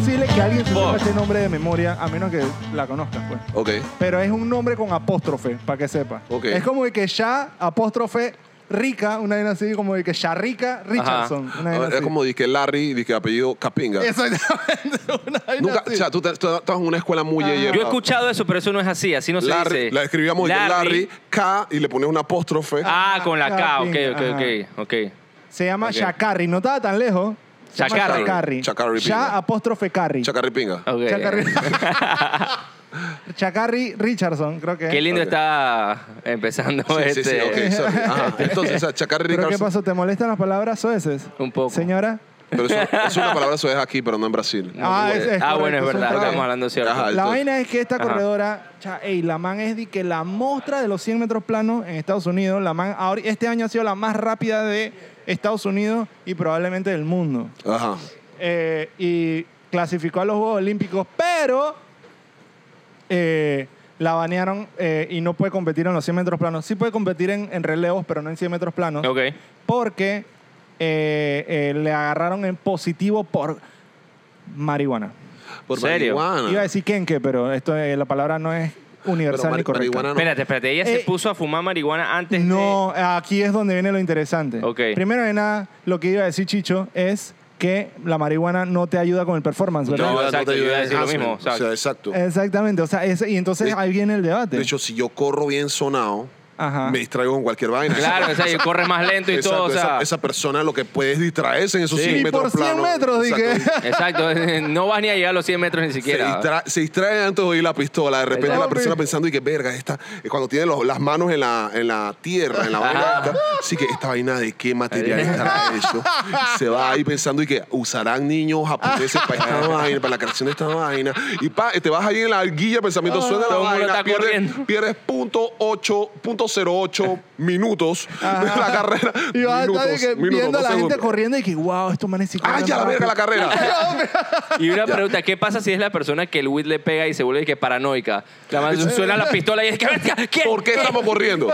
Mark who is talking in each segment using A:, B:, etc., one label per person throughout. A: se sepa ese nombre de memoria, a menos que la conozcas, pues.
B: Ok.
A: Pero es un nombre con apóstrofe, para que sepa.
B: Ok.
A: Es como de que ya apóstrofe rica, una vaina así, como de que ya rica Richardson. Una vaina
B: Ajá.
A: así.
B: Ah, Es como dije Larry, dije apellido Capinga.
A: Exactamente, una vaina
B: Nunca,
A: así. Ah.
B: o sea, tú, te- tú estabas en una escuela muy yeye.
C: Yo he escuchado eso, pero eso no es así, así no se
B: Larry,
C: dice.
B: la escribíamos Larry. Larry K y le ponías una apóstrofe.
C: Ah, con la K, ok, ok,
A: Ajá.
C: ok, ok.
A: Se llama
C: Ok.
A: Shakarri, no estaba tan lejos. Se llama
C: Chacarri.
A: Shakarri.
B: Chacarri,
A: Ya
B: pinga.
A: apóstrofe carri.
B: Chacarripinga.
C: ok.
A: Chacarri. Chacarri Richardson, creo que.
C: Qué lindo
B: Ok.
C: está empezando
B: Sí,
C: este.
B: sí, sí, ok, sorry. Ajá. Entonces, o sea, Chacarri
A: ¿Pero qué
B: Richardson-
A: pasó? ¿Te molestan las palabras soeces?
C: Un poco.
A: Señora.
B: Pero eso, eso es una palabra que es aquí, pero no en Brasil.
A: Ah, es- es
C: ah,
A: correcto,
C: bueno, es verdad,
A: son
C: estamos
A: tres.
C: hablando cierto.
B: Ajá.
A: La
B: Entonces-
A: vaina es que esta
C: Ajá.
A: corredora, cha, ey, la man es de que la mostra de los 100 metros planos en Estados Unidos, la man ahori- este año ha sido la más rápida de Estados Unidos y probablemente del mundo.
B: Ajá.
A: Eh, y clasificó a los Juegos Olímpicos, pero eh, la banearon eh, y no puede competir en los 100 metros planos. Sí puede competir en, en relevos, pero no en 100 metros planos
C: Ok.
A: porque eh, eh, le agarraron en positivo por marihuana.
B: Por
C: ¿Serio?
B: marihuana.
A: Iba a decir kenke, pero esto eh, la palabra no es
B: Pero
A: universal
B: mari-
A: ni correcta.
B: marihuana no.
C: Espérate, espérate. Ella
A: Eh,
C: se puso a fumar marihuana antes
A: No, aquí es donde viene lo interesante.
C: Ok.
A: Primero de nada, lo que iba a decir Chicho es que la marihuana no te ayuda con el performance,
B: No te
A: ¿verdad? Eh,
B: ayuda-
C: exacto,
B: te
C: yo iba a
B: ayuda
C: decir lo
B: enhancement.
C: mismo, o sea,
B: O sea, exacto.
A: Exactamente, o sea, ese- y entonces
B: De-
A: ahí viene el debate.
B: De hecho, si yo corro bien sonado,
A: Ajá.
B: me distraigo con cualquier vaina.
C: de. Claro, o sea, y corre más lento y
B: Exacto,
C: todo, o sea.
B: esa, esa persona lo que puede es distraerse en esos
C: Sí.
B: 100
A: y
B: metros
A: por 100
B: planos.
A: metros,
B: Exacto.
A: dije.
C: Exacto, eh, no vas ni a llegar a los 100 metros ni
B: Se,
C: siquiera.
B: distra- se distrae antes de oír la pistola. De repente
A: Exacto.
B: la persona pensando y que verga, esta, es cuando tiene los- las manos en la, en la tierra, en la vaina. esta, sí que esta vaina de qué material estará hecho. Se va ahí pensando y que usarán niños japoneses para esta vaina, para la creación de esta vaina. Y pa, te vas ahí en la guilla pensamiento,
A: Ah.
B: suena la
C: Todo el mundo
B: vaina,
C: está
B: pierdes,
C: corriendo.
B: pierdes punto ocho- punto cero ocho minutos de la carrera.
A: Y vas a estar de que viendo a
B: no
A: la gente
B: segundos.
A: corriendo y que, wow, estos manes sí
B: ¡Ay,
A: corren
B: ya la verga la
A: rápido".
B: carrera!
C: Y una pregunta, ¿qué pasa si es la persona que el weed le pega y se vuelve que paranoica? La man suena la pistola y es que "Verga, ¿quién?
B: ¿Por qué estamos corriendo?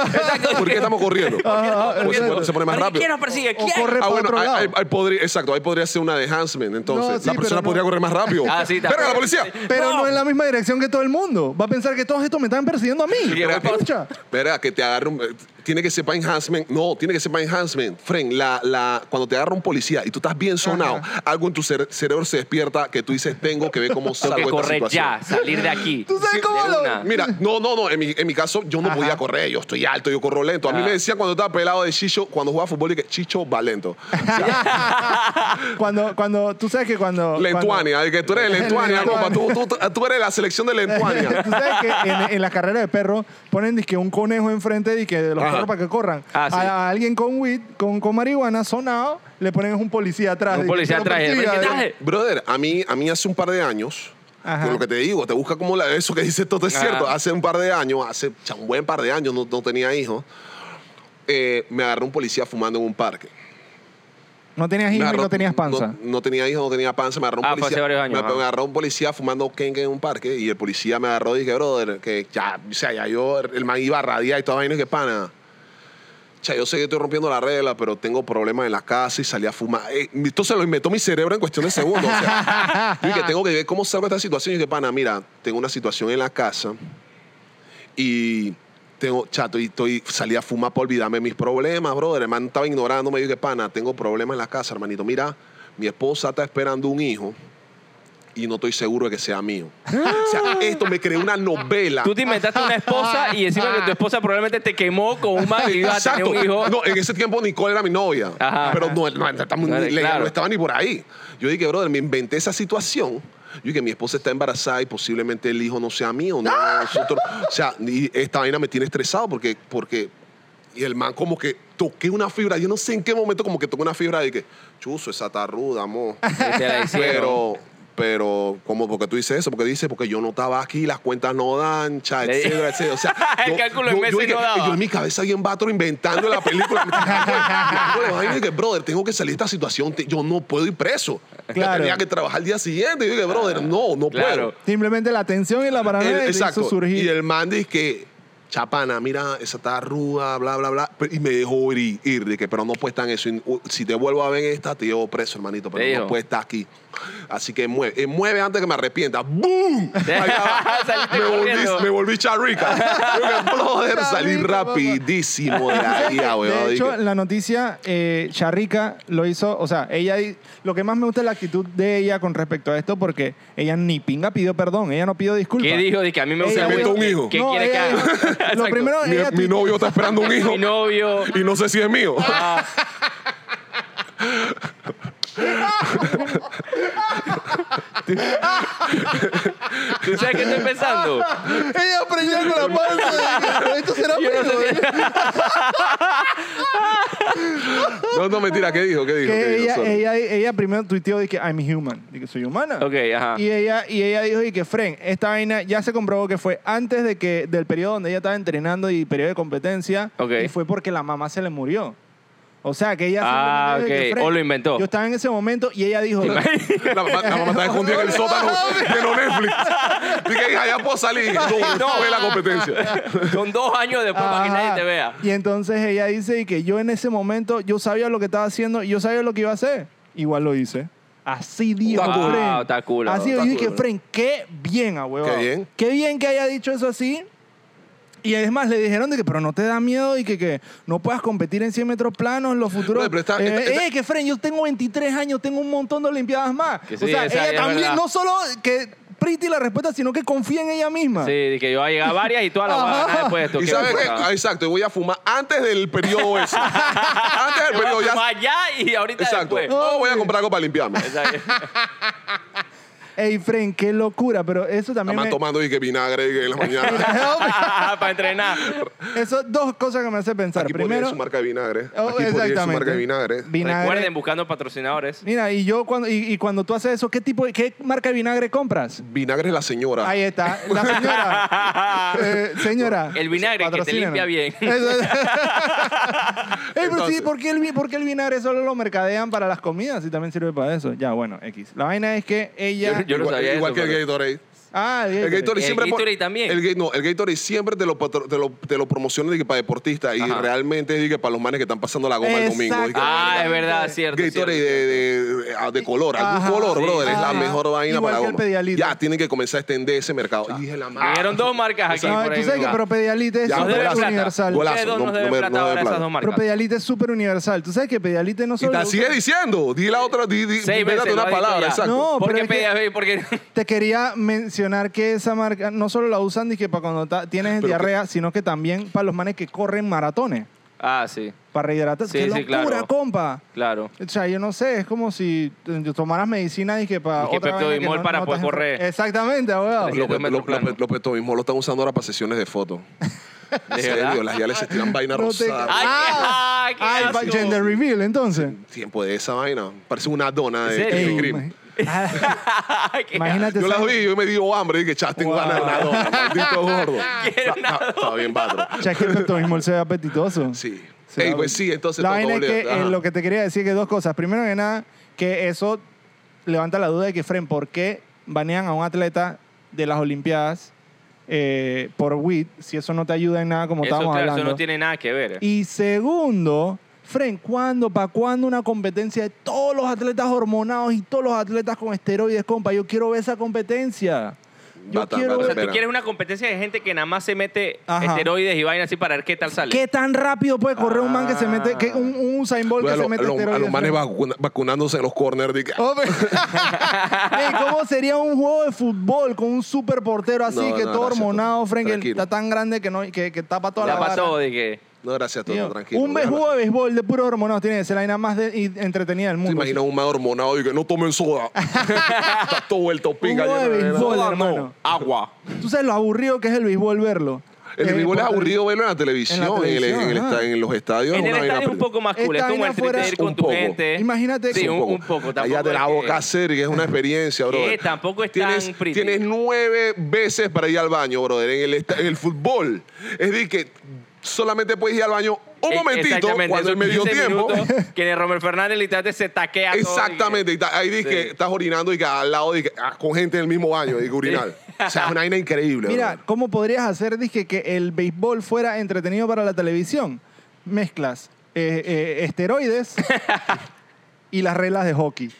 B: ¿Por qué estamos corriendo?
A: Ajá,
B: Pues se
A: exacto.
B: pone- se pone más
C: ¿Para qué?
B: rápido.
C: ¿Quién nos persigue?
A: O
C: ¿Quién?
A: corre
B: Ah,
A: para
B: bueno,
A: otro
B: ahí,
A: lado.
B: ahí- ahí podría, exacto, ahí podría ser una enhancement, entonces.
A: No, sí,
B: la persona
A: pero no.
B: podría correr más rápido.
C: Ah, sí,
B: ¡Verga, la
C: también.
B: policía!
A: Pero
C: ¡No!
A: no en la misma dirección que todo el mundo. Va a pensar que todos estos me están persiguiendo a mí.
C: que va-
A: Escucha.
B: Verga, que te agarre un... eh, Tiene que ser para enhancement. No, tiene que ser para enhancement. Friend, la, la, cuando te agarra un policía y tú estás bien sonado, algo en tu cere- cerebro se despierta que tú dices, tengo que ver cómo
C: Tengo
B: salgo
C: que
B: de esta
C: correr
B: situación.
C: ya, salir de aquí.
A: ¿Tú sabes
C: De
A: cómo lo-
C: una.
B: Mira, no, no, no. En mi, en mi caso, yo no podía correr. Yo estoy alto, yo corro lento. A mí
C: Ah.
B: me decían cuando estaba pelado de Chicho, cuando jugaba fútbol, y que Chicho va lento.
A: Cuando, cuando, tú sabes que cuando... cuando-
B: Lentuania, de que tú eres de Lentuania, compa.
A: Lentuania.
B: Tú, tú- tú eres la selección de Lentuania.
A: Tú sabes que en, en la carrera de perros ponen dizque, un conejo enfrente y que de los
B: Ajá.
A: perros para que corran.
C: Ah, sí.
A: a, a alguien con weed, con, con marihuana, sonado, le ponen un policía atrás.
C: Un
A: dizque,
C: policía
A: que lo
C: atrás.
A: persiga,
C: ¿Qué
A: ¿eh?
C: tal?
B: Brother, a mí, a mí hace un par de años,
A: Ajá.
B: con lo que te digo, te busca como la, eso que dice todo es
C: Ajá.
B: cierto. Hace un par de años, hace cha, un buen par de años, no, no tenía hijos, eh, me agarró un policía fumando en un parque.
A: No tenías
B: Me
A: hijo y
B: agarró-
A: no tenías panza.
B: No, no tenía hijos, no tenía panza. Me agarró un
C: Ah, fue
B: policía.
C: hace varios
B: me,
C: años, ajá.
B: me agarró un policía fumando kenke en un parque y el policía me agarró y dije, brother, que ya, o sea, ya yo, el man iba a radiar y toda vaina y que pana. Cha, yo sé que estoy rompiendo la regla, pero tengo problemas en la casa y salí a fumar. Eh, entonces lo inventó mi cerebro en cuestión de segundos. o sea, yo dije, tengo que ver cómo salgo de esta situación. Y dije, pana, mira, tengo una situación en la casa y tengo chato y estoy salí a fumar para olvidarme de mis problemas, brother. El man estaba ignorándome. Yo dije, pana, tengo problemas en la casa, hermanito. Mira, mi esposa está esperando un hijo y no estoy seguro de que sea mío. o sea, esto me creó una novela.
C: Tú te inventaste una esposa y encima que tu esposa probablemente te quemó con un man y iba a tener
B: Exacto.
C: un hijo.
B: No, en ese tiempo Nicole era mi novia.
C: Ajá.
B: Pero no, no, estamos-
C: Claro,
B: ni- le-
C: claro.
B: no estaba ni por ahí. Yo dije, brother, me inventé esa situación. Yo dije, mi esposa está embarazada y posiblemente el hijo no sea mío. No,
C: ¡Ah!
B: nosotros- o sea, y esta vaina me tiene estresado porque, porque y el man como que toqué una fibra. Yo no sé en qué momento como que toqué una fibra y que, chuzo, esa tarruda, amor.
C: Y te la hicieron.
B: Pero, pero, como porque tú dices eso, porque dices, porque yo no estaba aquí, las cuentas no dan, cha,
C: Le-
B: etcétera, etcétera. O sea,
C: El
B: yo-
C: cálculo en
B: yo-
C: meses
B: yo dije-
C: no daba.
B: yo en mi cabeza bien vato inventando la película. Me cago en la vaina y dije, brother, tengo que salir de esta situación, te- yo no puedo ir preso. Yo
A: Claro.
B: tenía que trabajar el día siguiente. Y yo dije, brother, no, no
C: Claro.
A: Simplemente la tensión y la
B: puedo.
A: paranoia
B: El-
A: te hizo
B: exacto.
A: surgir.
B: Y el man dice que, chapana, mira, esa está ruda, bla, bla, bla. Pero- Y me dejó ir, ir. Dije, pero no puedes estar en eso. Y, uh, Si te vuelvo a ver en esta, te llevo preso, hermanito, pero
C: Te
B: no
C: dijo.
B: puedes estar aquí. Así que mueve, eh, mueve antes que me arrepienta. ¡Boom!
C: Saliste
B: me, volví,
C: corriendo.
B: me volví charrica. Brother, salí
A: Charrica, papá.
B: rapidísimo de ahí, ah, weón.
A: de hecho,
B: Dije,
A: la noticia, eh, Charrica lo hizo, o sea, ella, di- lo que más me gusta es la actitud de ella con respecto a esto, porque ella ni pinga pidió perdón, ella no pidió disculpas.
C: ¿Qué dijo? De que a mí me gusta
A: Ella
C: el
B: inventó
C: huevo.
B: un hijo.
C: ¿Qué
A: No,
C: quiere que
A: ella
C: haga?
A: dijo- Lo
C: Exacto.
A: primero,
B: mi,
A: ella
B: mi novio está esperando un hijo
C: Mi novio.
B: y no sé si es mío.
C: Ah, ¿Tú sabes qué estoy pensando?
A: Ella aprendió con la panza. Esto será
C: Yo no sé si-
B: No, no, mentira, ¿qué dijo? ¿Qué dijo? ¿Qué
A: que
B: dijo?
A: ella,
B: Sorry.
A: ella, ella primero tuiteó de que I'm human, de que soy humana.
C: Ok, ajá.
A: Y ella, y ella dijo de que, Fren, esta vaina ya se comprobó que fue antes de que, del periodo donde ella estaba entrenando y periodo de competencia.
C: Ok.
A: Y fue porque la mamá se le murió. O sea, que ella
C: Ah,
A: simplemente dijo de
C: ok.
A: que, "Fren,
C: O lo inventó.
A: Yo estaba en ese momento y ella dijo...
B: La, mamá- la mamá está escondida en el sótano de los Netflix. Dije, hija, ya puedo salir. No, no ve la competencia.
C: Son dos años después para que
A: Ajá.
C: nadie te vea.
A: Y entonces ella dice y que yo en ese momento, yo sabía lo que estaba haciendo, y yo sabía lo que iba a hacer. Igual lo hice. Así dijo
B: Está cool.
A: Fren.
C: Wow, está cool,
A: Así
C: bro,
A: yo
C: está
A: dije,
C: cool.
A: Fren, qué bien, abuelo.
B: Qué bien.
A: Qué bien que haya dicho eso así. Y es más, le dijeron de que, pero no te da miedo y que, que no puedas competir en 100 metros planos en los futuros.
B: No, pero está-
A: Eh,
B: está- está-
A: eh, que Fren, yo tengo 23 años, tengo un montón de Olimpiadas más.
C: Que
A: o
C: sí,
A: sea,
C: esa- es
A: ella también,
C: verdad.
A: no solo que Pretty la respuesta, sino que confía en ella misma.
C: Sí, de que yo voy a llegar a varias y todas las voy a ganar después de esto.
B: Y
C: ¿Qué
B: sabes
C: voy
B: qué?
C: a hacer?
B: Ah, exacto, y voy a fumar antes del periodo ese. antes del
C: Yo voy a
B: periodo ya.
C: fumar ya y ahorita
B: Exacto.
C: después.
B: No, voy a comprar algo para limpiarme.
C: Exacto.
A: Ey, Fren, qué locura, pero eso
B: Nada
A: también.
B: más
A: me-
B: tomando dije vinagre dije, en la mañana.
C: para entrenar.
A: Eso dos cosas que me hace pensar.
B: Aquí ponía
A: Primero,
B: su marca de vinagre.
A: Oh,
B: Aquí ponía su marca de vinagre.
A: Vinagre.
C: Recuerden buscando patrocinadores.
A: Mira, y yo cuando y, y cuando tú haces eso, ¿qué tipo de- qué marca de vinagre compras?
B: Vinagre es la señora.
A: Ahí está, la señora. Eh, señora.
C: El vinagre que te
A: patrocínenos.
C: limpia bien.
A: Eso es. Ey, pero sí,
B: Entonces.
A: ¿por qué, el, vi- por qué el vinagre solo lo mercadean para las comidas y también sirve para eso? Ya, bueno, X. La vaina es que ella.
C: Yo no
B: igual
C: sabía
B: igual
C: eso,
B: que el
C: pero-
B: Gatorade.
A: ah,
B: El Gatorade
C: El
B: siempre pon-
C: Gatorade también.
B: El, Ga- no, el Gatorade siempre te lo, patro- te lo, te lo promociona dije, para deportistas y
C: Ajá.
B: realmente dije, para los manes que están pasando la goma el domingo.
A: Exacto.
B: Dije,
C: Ah, es verdad, cierto.
B: Gatorade
C: cierto.
B: de, de- de- de color, algún
A: Ajá.
B: color,
A: Sí.
B: brother, es la
A: Ajá.
B: mejor vaina
A: Igual
B: para
A: que el
B: goma.
A: Pedialyte.
B: Ya tienen que comenzar a extender ese mercado. Y dije, la madre.
C: Vinieron dos marcas aquí.
A: No,
C: por
A: tú
C: ahí,
A: sabes que
C: mira.
A: Propedialite es
B: Ya,
C: Nos deben
A: súper
B: golazo,
C: plata.
A: universal.
B: golazo.
C: Ustedes dos
B: no-
C: nos
B: no
C: deben
B: me-
C: plata
B: no me
C: ahora
B: plata.
C: esas dos marcas.
A: Pero Pedialite es súper universal. Tú sabes que Pedialite no
B: Y
A: solo.
B: te sigue diciendo, di la otra, di, di-
C: Seis
B: inventa
C: veces
B: una
C: lo ha dicho
B: palabra,
C: ya.
B: exacto.
A: No,
C: ¿Por
A: pero
C: qué
A: es que-
C: pedías, baby? Porque
A: Te quería mencionar que esa marca no solo la usan dizque, para cuando ta- tienes
B: Pero
A: diarrea, sino que también para los manes que corren maratones,
C: Ah, sí,
A: para rehidratarse.
C: Sí,
A: ¡Qué
C: sí,
A: locura,
C: claro.
A: compa!
C: claro.
A: O sea, yo no sé, es como si eh, tomaras medicina dizque, para
C: Dizque
A: otra vaina que
C: Pepto-Bismol
A: no-
C: para
A: no
C: poder
A: estás-
C: correr.
A: Exactamente,
C: Sí,
A: weón.
B: Los
C: metros
B: lo, lo,
C: planos.
B: lo peto mismo lo están usando ahora para sesiones de fotos. En
C: ¿De
B: serio,
C: verdad?
B: las ya les tiran vaina
A: No te-
B: rosada.
C: ¡Ay, qué- ay, qué
A: Ah. Ay, pa-
C: asco!
A: gender reveal, entonces.
B: Tiempo de esa vaina. Parece una dona de
C: ¿En serio?
B: Krispy
A: Ey,
B: Kreme.
A: ima-
C: Ay, qué
A: imagínate.
B: Yo las
A: ¿sabes?
B: vi y yo me dio hambre y que chas, tengo
A: Wow.
B: ganas de una dona, maldito gordo. Está- Está está bien, patro.
A: O sea, es que el Pepto-Bismol se ve apetitoso.
B: Sí.
A: Se
B: Ey,
A: da-
B: pues sí, entonces
A: La
B: todo
A: vaina es
B: doble-
A: que eh,
B: ajá.
A: lo que te quería decir que dos cosas. Primero que nada, que eso levanta la duda de que, Fren, ¿por qué banean a un atleta de las Olimpiadas eh, por WIT si eso no te ayuda en nada como
C: Eso,
A: estábamos
C: claro, eso
A: hablando?
C: no tiene nada que ver.
A: Y segundo, Fren, ¿cuándo, para cuándo una competencia de todos los atletas hormonados y todos los atletas con esteroides, compa? Yo quiero ver esa competencia. Yo
B: Bata-
A: quiero
B: bata-
A: ver
C: O sea, tú
B: espera.
C: quieres una competencia de gente que nada más se mete
A: Ajá.
C: esteroides y vainas así para ver qué tal sale.
A: ¿Qué tan rápido puede correr un man que se mete, que un, un Usain Bolt que
B: Pues a,
A: se
B: lo-
A: mete
B: a lo- a
A: esteroides?
B: los manes
A: Fren?
B: vacuna- vacunándose en los corners. "Ah, de que-
A: Hombre. Ey, ¿Cómo sería un juego de fútbol con un super portero así
B: No,
A: que
B: no,
A: todo
B: gracias,
A: hormonado,
B: Toto.
A: Frank, que
B: Tranquilo.
A: está tan grande que, no, que, que tapa toda la,
C: La
A: barra?
C: pasó de que...
B: No, gracias, todo
A: Tío,
B: tranquilo.
A: un
B: déjala.
A: juego de béisbol de puros hormonados tiene que ser la vaina más de- y- entretenida del
B: ¿Te
A: mundo.
B: imaginas un man hormonado y que no tomen soda? Está todo vuelto pinga.
A: juego de
B: lleno de vena.
A: béisbol,
B: Soda no,
A: hermano.
B: agua.
A: Tú sabes lo aburrido que es el béisbol verlo.
B: El
A: Eh,
B: béisbol es
A: porque-
B: aburrido verlo en la televisión, en, el-
A: televisión,
B: en el
A: ajá.
B: esta- en los estadios.
C: En el
B: una vaina
C: estadio es un
B: pre-
C: poco más cool. Es
A: Esta
C: como
A: vaina
C: el
A: fuera-
C: ir con
B: Un
C: tu
B: poco.
C: gente.
A: Imagínate
C: Sí,
A: que-
C: un, un poco. Tampoco
B: Allá de la
C: es que-
B: boca serie, que es una experiencia, bro.
C: tampoco es tan
B: tienes,
C: pretty.
B: Tienes nueve veces para ir al baño, brother. En el, esta- en el fútbol. Es decir, que solamente puedes ir al baño un
C: Eh,
B: momentito
C: exactamente,
B: cuando el
C: esos
B: medio
C: 15
B: tiempo.
C: minutos que Romero Fernández literalmente se taquea todo y que-
B: Exactamente, y ta- ahí dije que
C: Sí.
B: estás orinando y que al lado dije, ah, con gente en el mismo baño, dije urinal. O sea, es una vaina increíble.
A: Mira,
B: brother.
A: ¿cómo podrías hacer, dije, que el béisbol fuera entretenido para la televisión? Mezclas eh, eh, esteroides y las reglas de hockey.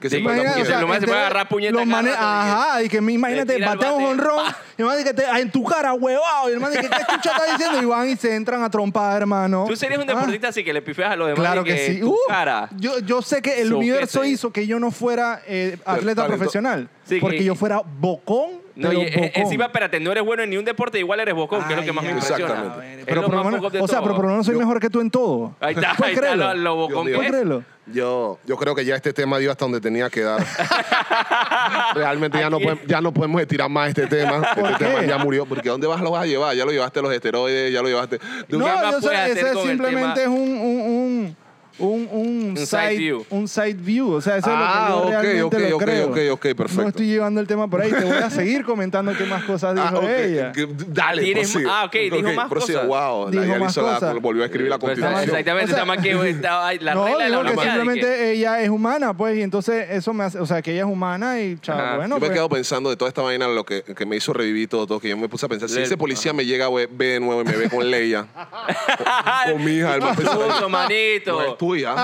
B: que
C: Sí,
B: se prenda
C: imagínate,
B: porque-
C: o sea, los manes se pueden agarrar puñetas
A: Los
C: cada
A: manes,
C: rato, dije.
A: ajá, y que me- imagínate,
C: tira el
A: batea un
C: bate, Ah.
A: honrón,
C: pa.
A: y el man dice que te- ah, en tu cara, huevado, y el man dice, ¿qué chucha está diciendo? Y van y se entran a trompar, hermano.
C: Tú serías un
A: Ah,
C: deportista así que le pifeas a los demás.
A: Claro
C: y
A: que sí.
C: tu
A: Uh,
C: cara.
A: Yo, yo sé que el
C: Sopete.
A: universo hizo que yo no fuera eh, atleta
B: talento.
A: profesional,
C: Sí,
A: porque
C: que-
A: yo fuera bocón,
C: No,
A: pero
C: y, eh,
A: bocón.
C: encima, espérate, no eres bueno en ni un deporte, igual eres bocón, que es lo
A: Ay,
C: que más me
A: ya.
C: impresiona.
B: Exactamente.
C: Es
A: Pero
C: lo
A: por lo
C: más
A: menos,
C: bocón de
A: o sea,
C: todo.
A: pero por lo menos soy
B: Yo-
A: mejor que tú en todo.
C: Ahí está,
A: ¿Puedes
C: ahí está
A: creerlo?
C: lo, ¿eh? lo
B: Dios
C: bocón que
A: ¿Puedes
B: mío.
C: es.
A: creerlo?
B: Yo, yo creo que ya este tema dio hasta donde tenía que dar. Realmente ya no,
C: Aquí.
B: podem- ya no podemos estirar más este tema.
A: ¿Por
B: Este
A: qué?
B: tema ya murió. Porque ¿a ¿dónde vas lo vas a llevar? Ya lo llevaste a los esteroides, ya lo llevaste. De un-
C: ¿qué
A: No,
C: más
A: yo sé,
C: puedes hacer
A: ese
C: con el
A: simplemente es
C: tema?
A: un, un, un, un, un,
C: Un side view.
A: Un side view. O sea, eso
B: Ah,
A: es lo que yo
B: ok,
A: realmente
B: ok,
A: lo
B: ok,
A: creo.
B: ok, ok, perfecto.
A: No estoy llevando el tema por ahí. Te voy a seguir comentando qué más cosas dijo
B: Ah, ok.
A: ella.
B: Que- Dale,
C: Tienes-
B: prosigue.
C: ah, ok, dijo más
B: prosigue.
C: cosas.
B: Wow,
A: Dijo
B: la Yali
A: más
B: Sola
A: cosas.
B: volvió a escribir la
C: Pues,
B: continuación.
C: Exactamente,
A: O sea-
C: está más que estaba ahí, la
A: no,
C: regla de la
A: digo que
C: unidad, de
A: simplemente
C: que-
A: ella es humana, pues, y entonces eso me hace, o sea, que ella es humana y chao,
C: Ajá.
A: bueno,
B: yo me he
A: pues,
B: quedado pensando de toda esta vaina, lo que, que me hizo revivir todo, todo, que yo me puse a pensar, si
C: Lel-
B: ese policía me llega, ve ve de nuevo y me ve con Leia, con, con mi hija, el más pensado,
C: Puto,
B: no
C: manito.
B: es tuya.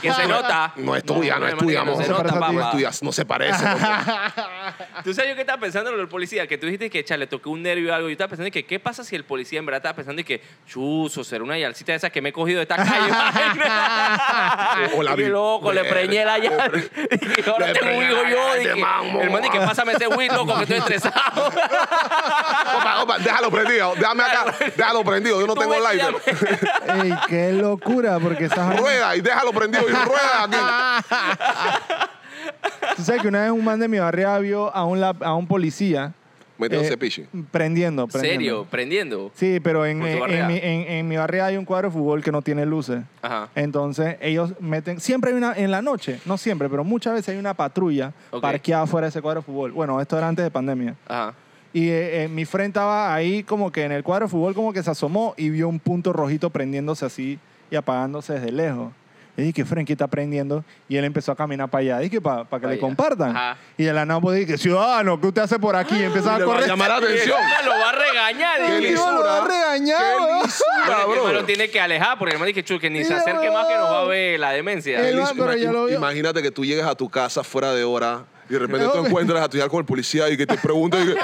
C: Que se nota.
B: Ah. No es tuya, no, es
C: hermano,
B: tuya,
C: no
B: amor.
C: se
A: No se
C: nota,
A: parece a ti.
B: No es
C: papá.
B: tuya, no se parece. loco.
C: Tú sabes yo que estaba pensando en el policía, que tú dijiste que, chale, le tocó un nervio o algo. Yo estaba pensando que, ¿qué pasa si el policía en verdad estaba pensando que, chuzo, será una yalcita de esas que me he cogido de esta calle?
B: O- o la
C: Qué
B: vi-
C: loco, le
B: Ver-
C: preñé la yal. Y ahora
B: le
C: tengo un
B: preñé
C: hijo
B: la
C: yo.
B: yal de
C: dije,
B: mambo.
C: Hermano, y que pásame ese weed, loco, que estoy estresado.
B: Opa, opa, déjalo prendido, déjame acá, déjalo prendido, yo no
C: Tú
B: tengo
C: ven y
B: live.
C: dame.
A: ey, qué locura, porque estás
B: Rueda y déjalo prendido y rueda aquí.
A: Tú sabes que una vez un man de mi barrio vio a un, lap- a un policía Eh,
B: Metiéndose pichi.
A: prendiendo, prendiendo.
C: serio? ¿Prendiendo?
A: Sí, pero en,
C: Por tu
A: en
C: barriada.
A: mi, en- en mi barriada hay un cuadro de fútbol que no tiene luces.
C: Ajá.
A: Entonces ellos meten, siempre hay una, en la noche, no siempre, pero muchas veces hay una patrulla
C: Ok.
A: parqueada fuera de ese cuadro de fútbol. Bueno, esto era antes de pandemia.
C: Ajá.
A: Y eh, eh, mi friend estaba ahí como que en el cuadro de fútbol como que se asomó y vio un punto rojito prendiéndose así y apagándose desde lejos. Y dije, Fren, ¿qué está prendiendo? Y él empezó a caminar para allá, dije, para que
C: Pa'
A: le
C: allá.
A: compartan.
C: Ajá.
A: Y de la nada pues, dije, ciudadano, ¿qué usted hace por aquí? Y empezaba a
B: Le va a
A: correr.
B: llamar la atención.
C: Esta lo va a regañar.
B: Qué
A: Y
C: dije.
A: yo lo
B: lisura.
A: va a regañar,
B: Qué
A: weón.
B: lisura,
C: Bueno, que
B: bro.
C: lo tiene que alejar porque el hermano dice que ni se
A: Mira,
C: acerque más que nos va a
A: bro.
C: ver la demencia.
A: El
B: Imagínate-
A: man, pero ya lo vio.
B: Imagínate que tú llegas a tu casa fuera de hora y de repente te
A: Ok.
B: encuentras a tu con el policía y que te pregunta, y que,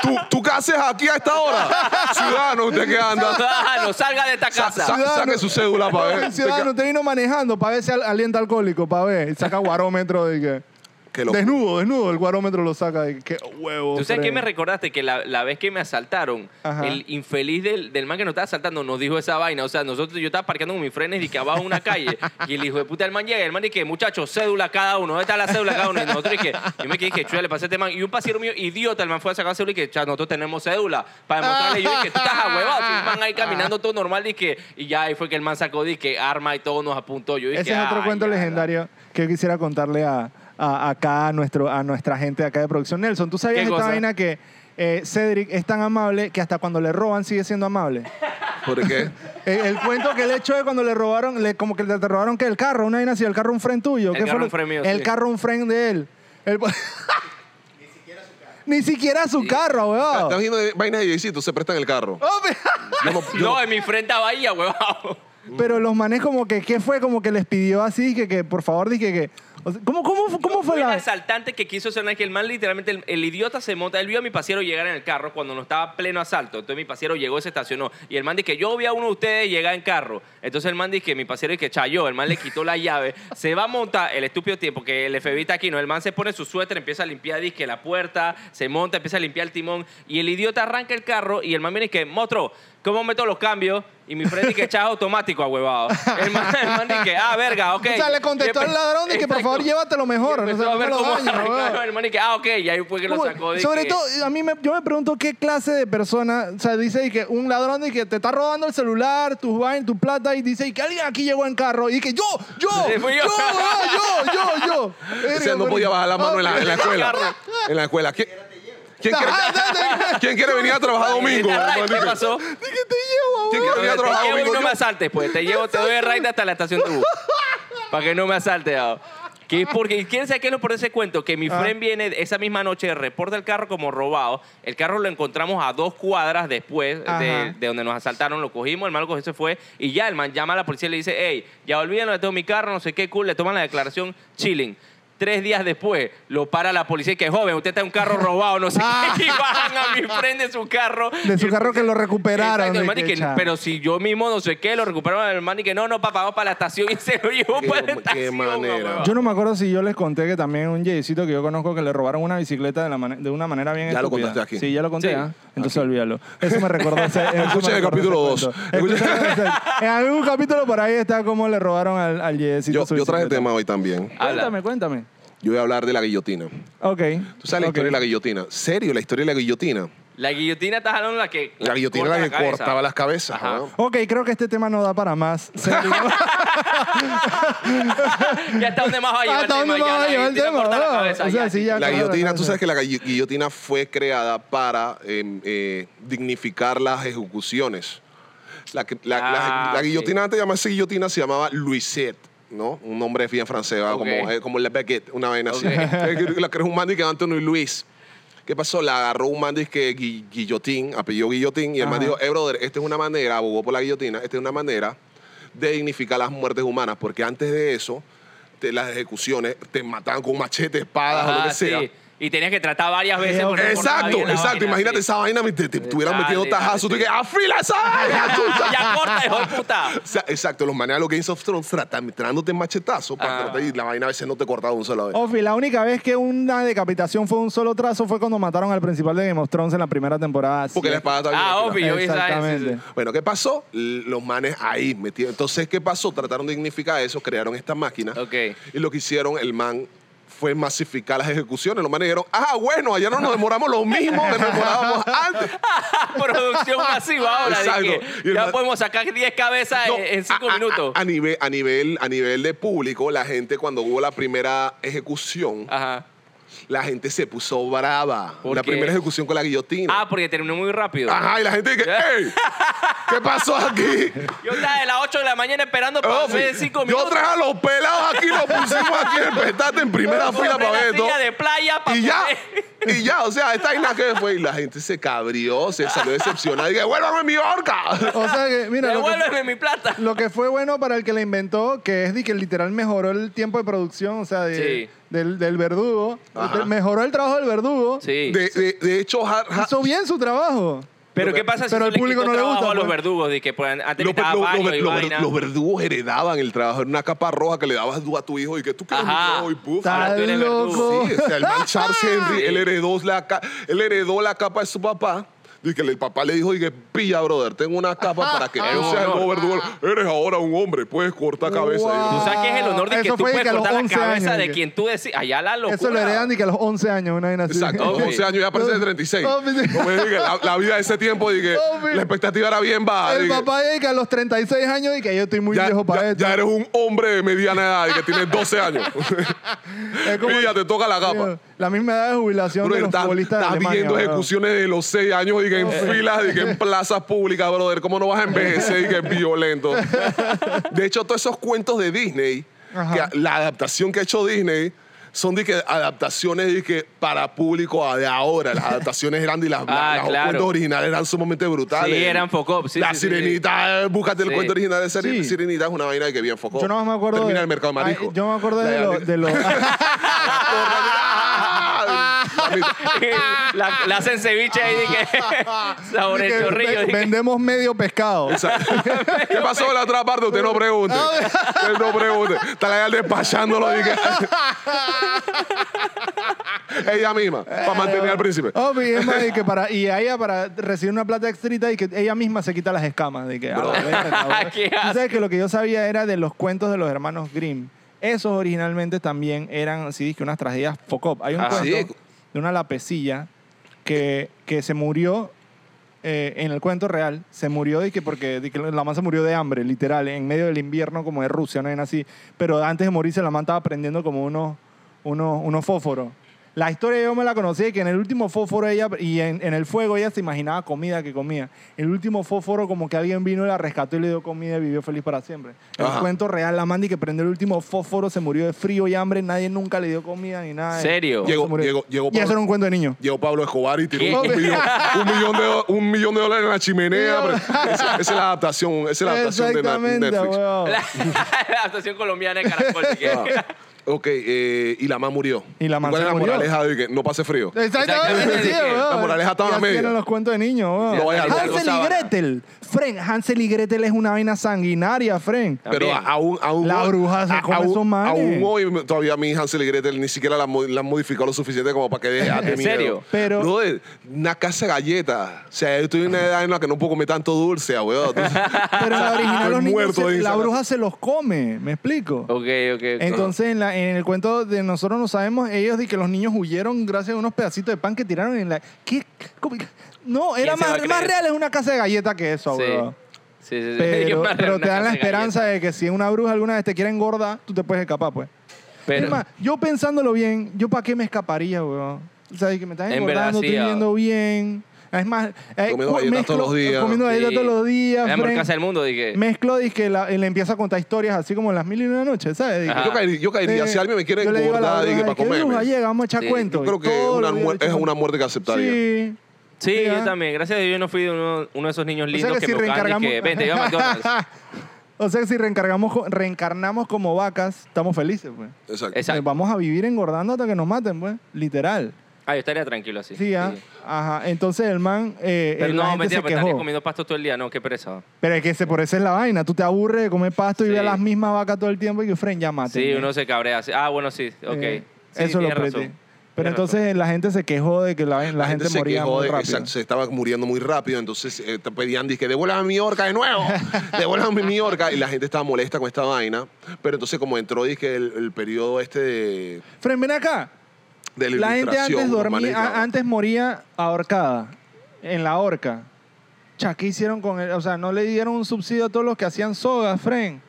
B: ¿Tú, ¿tú qué haces aquí a esta hora? Ciudadano, ¿usted qué anda?
C: Ciudadano, salga de esta
B: Sa-
C: casa.
B: sa- saque su cédula para ver.
A: El ciudadano te vino manejando para ver si al- alienta alcohólico, para ver. Y saca guarómetro de que...
B: Qué loco.
A: Desnudo, desnudo, el guarómetro lo saca de que huevo.
C: ¿Tú sabes
A: Fren.
C: qué me recordaste? Que la, la vez que me asaltaron,
A: Ajá.
C: el infeliz del, del man que nos estaba asaltando nos dijo esa vaina. O sea, nosotros, yo estaba parqueando con mis frenes y que abajo en una calle. y el hijo de puta del man llega y el man dice, muchachos, cédula cada uno. ¿Dónde está la cédula cada uno? Y nosotros dije, yo me quedé que chule, le pasé a este man. Y un pasero mío, idiota, el man fue a sacar cédula y que, "Cha, nosotros tenemos cédula. Para demostrarle, yo dije, tú estás a huevado. Y el man ahí caminando todo normal, dije, y ya ahí fue que el man sacó, dije, arma y todo, nos apuntó. Yo dije,
A: Ese es otro
C: "Ay,
A: cuento
C: ya, ya".
A: legendario que yo quisiera contarle a, a- acá a, nuestro, a nuestra gente de acá de producción. Nelson, ¿tú sabías
C: ¿Qué
A: esta
C: cosa?
A: vaina que eh, Cedric es tan amable que hasta cuando le roban sigue siendo amable?
B: ¿Por qué?
A: el, Eh, el cuento que le hecho de cuando le robaron, le- como que te, te robaron que el carro, una vaina así, el carro un friend tuyo.
C: El
A: ¿qué
C: carro
A: lo-
C: un friend mío,
A: El
C: sí.
A: carro un friend de él. El- Ni siquiera su carro,
B: Estás
A: weón.
B: viendo vainas de Jaycito, se prestan el carro. Yo no- yo no-
C: No, en mi frente estaba ahí, a huevado.
A: Pero los manes como que, ¿qué fue? Como que les pidió así, que, que por favor, dije que... o sea, ¿Cómo, cómo, cómo
C: No
A: fue
C: el
A: la...?
C: asaltante que quiso sonar que el man literalmente el, el idiota se monta él vio a mi pasero llegar en el carro cuando no estaba pleno asalto entonces mi pasero llegó y se estacionó y el man dice que yo vi a uno de ustedes llegar en carro entonces el man dice que mi pasero dice que chayó el man le quitó la llave se va a montar el estúpido tiempo que el FBI está aquí no el man se pone su suéter empieza a limpiar dice que la puerta se monta empieza a limpiar el timón y el idiota arranca el carro y el man viene y que mostro ¿Cómo meto los cambios? Y mi friend dice que chas automático, ahuevado. El man, el man dice que, ah, verga, ok.
A: O sea, le contestó al ladrón de que por favor
C: Exacto.
A: llévatelo mejor.
C: Y
A: No,
C: empezó
A: sé,
C: Pues a
A: no
C: ver
A: me lo
C: cómo
A: dañes,
C: arrancaba
A: weón.
C: el hermano y que, ah, ok, y ahí fue que lo sacó. de
A: Sobre
C: que-
A: todo, a mí me, yo me pregunto qué clase de persona, o sea, dice y que un ladrón y que te está robando el celular, tus vainas, tu plata, y dice y que alguien aquí llegó en carro, y que yo, yo,
C: Sí,
A: yo, ah,
C: fui yo.
A: yo, yo, yo, yo.
B: Ese no podía bajar la mano en la, en la escuela. En la escuela. ¿Quién, quién quiere, quién quiere venir a trabajar domingo?
C: Ay, ¿Qué
B: Maldito.
C: pasó?
A: Dije, te llevo,
B: ¿Quién quiere
C: Te
B: venir a trabajar
C: llevo y
B: domingo?
C: no me asaltes, pues. Te llevo, te doy el ride hasta la estación de bus. Para que no me asaltes. ah. Que porque quién sabe qué es lo por ese cuento que mi
A: Ah.
C: friend viene esa misma noche reporta el carro como robado el carro lo encontramos a dos cuadras después
A: Ajá.
C: de, de donde nos asaltaron lo cogimos el man lo cogió se fue y ya el man llama a la policía y le dice hey ya olvídalo tengo mi carro no sé qué cool le toman la declaración chilling Tres días después lo para la policía y que joven, usted está en un carro robado, no sé qué, y bajan a mi friend de su carro.
A: De su carro que lo recuperaron,
C: Exacto, el man
A: de
C: y
A: que,
C: que,
A: "Cha".
C: pero si yo mismo no sé qué, lo recuperaron el man y que no, no, papá, vamos para la estación y se lo llevó
B: Qué-
C: para la
B: qué
C: estación.
B: manera.
C: huevón.
A: Yo no me acuerdo si yo les conté que también un yeycito que yo conozco que le robaron una bicicleta de, la mane- de una manera bien
B: Ya lo
A: estúpida.
B: contaste aquí.
A: Sí, ya lo conté.
C: Sí.
A: ¿ah? Entonces olvídalo. Eso me recordó. ese- eso me
B: Escuchen el
A: recordó
B: capítulo
A: ese
B: dos.
A: cuento. Escuchen ese- En algún capítulo por ahí está cómo le robaron al, al yeycito
B: Yo,
A: su
B: yo traje
A: bicicleta.
B: tema hoy también.
C: Habla.
A: Cuéntame, cuéntame.
B: Yo voy a hablar de la guillotina.
A: Ok.
B: ¿Tú sabes
A: Ok.
B: la historia de la guillotina? ¿Serio? ¿La historia de la guillotina?
C: La guillotina está jalando la que.
B: La guillotina
C: corta
B: era la que
C: cabeza.
B: cortaba las cabezas.
C: Ajá.
B: ¿no?
A: Ok, creo que este tema no da para más. Serio.
C: ¿Y hasta dónde más va a llevar
A: ¿Hasta
C: el tema?
A: dónde Ah, más va a
C: Ya, la
A: llevar el
C: guillotina
A: tema,
C: corta la
A: bro?
C: cabeza,
A: O sea, sí, ya-
B: La
A: claro,
B: guillotina,
A: claro,
B: tú
A: sí.
B: sabes que la gallo- guillotina fue creada para eh, eh, dignificar las ejecuciones. La, que- la- la-
C: Ah,
B: la guillotina
C: sí.
B: antes de llamarse guillotina se llamaba Luisette, ¿no? Un nombre bien francés, ¿va?
C: Ok.
B: como, eh, como Le Beckett, una vaina
C: Ok.
B: así. Eh, que- la creó un man que Antonio Luis. ¿Qué pasó? La agarró un man que gui- guillotín, apellido guillotín, y el man
A: Ajá.
B: dijo, eh, brother, esta es una manera, abogó por la guillotina, esta es una manera de dignificar las muertes humanas, porque antes de eso, te- las ejecuciones te mataban con machete, espadas o Ah, lo
C: Ajá,
B: que sea.
C: Ah, sí. Y tenías que tratar varias veces.
A: Eh,
C: porque cortaba
B: Exacto,
C: bien la
B: exacto.
C: vaina,
B: Imagínate
C: sí.
B: esa vaina, te, te estuvieran
C: Dale,
B: metiendo
C: dale,
B: tajazo, tú
C: sí.
B: que afila esa vaina. tú sabes.
C: Ya corta, hijo de puta.
B: O sea, exacto, los manejan los Games of Thrones tratan, tratándote machetazo para
C: Ah.
B: que no te- y la vaina a veces no te cortaba de un solo vez.
A: Ofi, la única vez que una decapitación fue un solo trazo fue cuando mataron al principal de Game of Thrones en la primera temporada.
B: porque
A: Sí.
B: la espada está bien
C: Ah,
B: afilada.
C: obvio, yo vi esa vaina, sí, sí.
A: Exactamente.
B: Bueno, ¿qué pasó? L- Los manes ahí metieron. Entonces, ¿qué pasó? Trataron de dignificar eso, crearon esta máquina.
C: Ok.
B: Y lo que hicieron, el man fue masificar las ejecuciones. Los manes dijeron, ah, bueno, allá no nos demoramos lo mismo que nos demorábamos antes.
C: Producción masiva ahora.
B: Exacto.
C: dije,
B: Y el
C: ya
B: man-
C: podemos sacar 10 cabezas
B: No, ah,
C: en- en 5
B: a- a-
C: minutos.
B: A, nivel, a, nivel, a nivel de público, la gente cuando hubo la primera ejecución,
C: Ajá.
B: la gente se puso brava.
C: Ah. ¿Por
B: la
C: qué?
B: primera ejecución con la guillotina.
C: Ah, porque terminó muy rápido.
B: Ajá, y la gente dice, ¡Ey! ¿Qué pasó aquí?
C: Yo estaba de las 8 de la mañana esperando para
B: Ofi,
C: hacer 5
B: Oh, yo
C: minutos.
B: traje a los pelados aquí, los pusimos aquí en el petate en primera
C: Compré
B: fila para ver esto.
C: silla de playa para
B: Y ya, y ya, o sea, esta vaina que fue, y la gente se cabrió, se salió decepcionada, y dije, ¡vuélvame mi horca!
A: O sea que, mira, lo que-
C: Devuélveme mi plata.
A: Lo que fue bueno para el que la inventó, que es de que literal mejoró el tiempo de producción, o sea, de-
C: Sí.
A: del, del verdugo.
B: Ajá.
A: Del- Mejoró el trabajo del verdugo.
C: Sí.
B: De, de- de hecho, Har- Har-
A: Hizo bien su trabajo.
C: pero ¿qué pasa si
A: pero
C: tú
A: al
C: le
A: público
C: quitas
A: no le
C: trabajo
A: gusta,
C: a los
A: pues?
C: verdugos? Dije, pues antes
B: Los,
C: necesitaba
B: los-
C: baño
B: los-
C: y
B: los-
C: vaina.
B: los verdugos heredaban el trabajo. Era una capa roja que le dabas tú a tu hijo y que tú quieres mi
C: Ajá.
B: hijo, y puf.
C: Ahora
A: Está
C: tú eres verdugo.
A: loco.
B: Sí, o sea, el man Charles Henry, él heredó, la, ca- él heredó la capa de su papá. Y que el papá le dijo, dije, pilla, brother, tengo una capa para
A: Ah,
B: que tú
C: Era un
B: seas el nuevo
C: honor.
B: verdugo. Eres ahora un hombre, puedes cortar cabeza.
A: Wow.
C: Tú sabes que es el honor de que
A: Eso
C: tú
A: fue de
C: puedes
A: que a los
C: cortar la
A: 11
C: cabeza
A: años,
C: de
A: que-
C: quien tú decís. Allá la locura.
A: Eso lo heredan y que a los 11 años, una vaina así.
B: Exacto, a los
C: Obvio.
B: 11 años ya parece de 36.
A: Obvio.
B: Como dije, la, la vida de ese tiempo, dije,
A: Obvio.
B: la expectativa era bien baja.
A: El
B: dije,
A: papá de que a los 36 años y que yo estoy muy
B: ya,
A: viejo para
B: ya-
A: esto.
B: ya eres un hombre de mediana edad y que tienes 12 años.
A: Es como-
B: Pilla, te toca la capa.
A: Tío, la misma edad de jubilación
B: Bro,
A: de los
B: estás,
A: futbolistas de
B: estás
A: Alemania,
B: viendo
A: bro.
B: ejecuciones de los seis años y que en filas y que en plazas públicas, brother. ¿Cómo no vas a envejecer y que es violento? De hecho, todos esos cuentos de Disney,
A: Ajá.
B: que la adaptación que ha hecho Disney. Son de que adaptaciones de que para público de ahora. Las adaptaciones eran y las,
C: Ah,
B: las- los
C: claro.
B: cuentos originales eran sumamente brutales.
C: Sí, eran focop, sí,
B: La
C: sí, sí,
B: sirenita, eh, búscate el
C: Sí.
B: cuento original de esa
A: Sí.
B: sirenita, es una vaina de que bien focó.
A: Yo no me acuerdo.
B: Termina
A: de-
B: el mercado de
A: Ay,
B: marisco.
A: Yo me acuerdo de
B: La-
A: los. De los
B: Ah,
C: la, la hacen ceviche ahí de que sobre
A: de
C: el
A: que
C: chorrillo.
A: ve-
C: dije,
A: vendemos medio pescado.
B: Exacto. ¿Qué pasó en la otra parte? Usted no pregunte. Usted no pregunte. Está la gal despachándolo. y que- Ella misma, para mantener al príncipe.
A: Obi, es más, y, que para, y a ella para recibir una plata extrita y que ella misma se quita las escamas. De que, ah,
B: Bro.
A: verga, bro.
C: Qué
A: Tú sabes que lo que yo sabía era de los cuentos de los hermanos Grimm. Esos originalmente también eran, así dije, unas tragedias focop. Hay un
C: Ah,
A: cuento
B: sí.
A: de una lapecilla que, que se murió eh, en el cuento real. Se murió de que porque de que la man se murió de hambre, literal, en medio del invierno como de Rusia, no es así. Pero antes de morirse la man estaba prendiendo como unos, unos, unos fósforos. La historia yo me la conocí de que en el último fósforo ella y en, en el fuego ella se imaginaba comida que comía. El último fósforo como que alguien vino y la rescató y le dio comida y vivió feliz para siempre. En el
B: Ajá.
A: cuento real la man de que prendió el último fósforo se murió de frío y hambre, nadie nunca le dio comida ni nada.
C: ¿Serio?
A: Se
B: Llegó-
A: murió.
B: llegó- llegó
A: y eso
B: Pablo-
A: era un cuento de niño.
B: Llegó Pablo Escobar y tiró un,
A: ¿Qué?
B: millón, un, millón de, do- un millón de dólares en la chimenea. pero esa, esa es la adaptación, esa es la adaptación de na-
A: Exactamente,
B: Netflix.
A: weón.
C: la, la adaptación colombiana de caracol. dije.
B: Ah. Ok, eh, y la más murió.
A: Y la man
B: ¿Cuál
A: se
B: es la
A: murió.
B: moraleja de que no pase frío?
C: Exactamente.
A: Exactamente. sí, weón.
B: La moraleja estaba
A: Y
B: a
A: así
B: medio.
A: eran los cuentos de niños. weón.
B: No vayas al
A: Hansel
C: barrio.
A: y Gretel. Fren, Hansel y Gretel es una vaina sanguinaria, Fren.
B: Pero
C: También.
B: aún, aún
A: La
B: hoy-
A: bruja se
B: a-
A: come
B: aún-
A: esos manes.
B: Aún hoy todavía mi Hansel y Gretel ni siquiera la, mo- la han modificado lo suficiente como para que deje de
C: ¿En serio?
A: Pero-
B: Brother, una casa de galletas. O sea, yo estoy en una edad en la que no puedo comer tanto dulce, ah, weón. Entonces,
A: Pero en la original
B: Estoy
A: los niños
B: muerto,
A: se-
B: dice
A: la
B: la-
A: bruja se los come, ¿me explico?
C: Ok, ok.
A: Entonces, en, la- en el cuento de nosotros no sabemos, ellos de que los niños huyeron gracias a unos pedacitos de pan que tiraron en la. ¿Qué? ¿Cómo? No, era
C: ¿Quién se va
A: más,
C: a creer?
A: más real, es una casa de galleta que eso,
C: sí.
A: bro.
C: Sí, sí, sí.
A: Pero,
C: Yo me arreglo
A: pero
C: una
A: te dan la
C: casa de
A: esperanza de que si una bruja alguna vez te quiere engordar, tú te puedes escapar, pues.
C: galletas. Pero,
A: Es más, yo pensándolo bien, ¿yo para qué me escaparía, weón? O sea, que me estás
C: En
A: engordando,
C: verdad, sí,
A: estoy
C: ah.
A: viviendo bien. Es más, eh,
B: Comiendo
A: cu-
B: galletas
A: mezclo-
B: todos los días.
A: Comiendo galletas
C: sí.
A: todos los días.
C: La mejor
A: Fren.
C: casa del mundo, dije.
A: Mezclo, dizque, la- y le empieza a contar historias así como en las mil y una noches, ¿sabes? Dizque,
C: Ajá.
B: yo caería, yo caería.
A: eh,
B: si alguien me quiere
A: yo le digo a la
B: engordar, dije,
A: bruja,
B: para
A: "¿Qué bruja
B: comerme.
A: llega? Vamos a echar
C: Sí.
A: cuentos.
B: Yo creo que
A: Y todos
B: una
A: los días
B: muer-
A: le
B: es
A: echan
B: una
A: cuentos.
B: muerte que aceptaría.
A: Sí.
C: Sí,
A: Sí,
C: yo
A: ah.
C: también. Gracias a Dios yo no fui uno, uno de esos niños
A: O sea
C: lindos
A: que,
C: que,
A: si
C: me buscaban y
A: reencargamos.
C: que vente, yo a McDonald's.
A: o sea que si reencargamos, co- reencarnamos como vacas, estamos felices, pues.
B: Exacto.
A: Eh,
C: Exacto.
A: Vamos a vivir engordando hasta que nos maten, pues. Literal.
C: Ah, yo estaría tranquilo así.
A: Sí, ah.
C: Sí.
A: Ajá. Entonces el man. eh,
C: Pero
A: eh, la
C: no,
A: gente
C: mentira, pues,
A: se
C: pero estaría
A: quejó.
C: comiendo pasto todo el día. No, qué pereza.
A: Pero es que se, por eso es la vaina. Tú te aburres de comer pasto y
C: Sí.
A: ver las mismas vacas todo el tiempo y que fren, ya mate.
C: Sí, uno se cabrea. así. Ah, bueno, sí, ok.
A: Ah, Eh,
C: Sí,
A: eso lo
C: tienes razón.
A: pretende. Pero
C: Tienes
A: entonces la gente se quejó de que la, la gente, moría muy
B: de que
A: rápido.
B: se, se estaba muriendo muy rápido, entonces eh, te pedían, dije, devuélvame mi orca de nuevo, devuélvame mi orca, y la gente estaba molesta con esta vaina, pero entonces como entró, dije, el, el periodo este de,
A: Fren, ven acá.
B: de la,
A: La gente
B: ilustración,
A: antes dormía,
B: marica.
A: a- antes moría ahorcada en la horca. Cha, ¿qué hicieron con él? O sea, no le dieron un subsidio a todos los que hacían soga, Fren.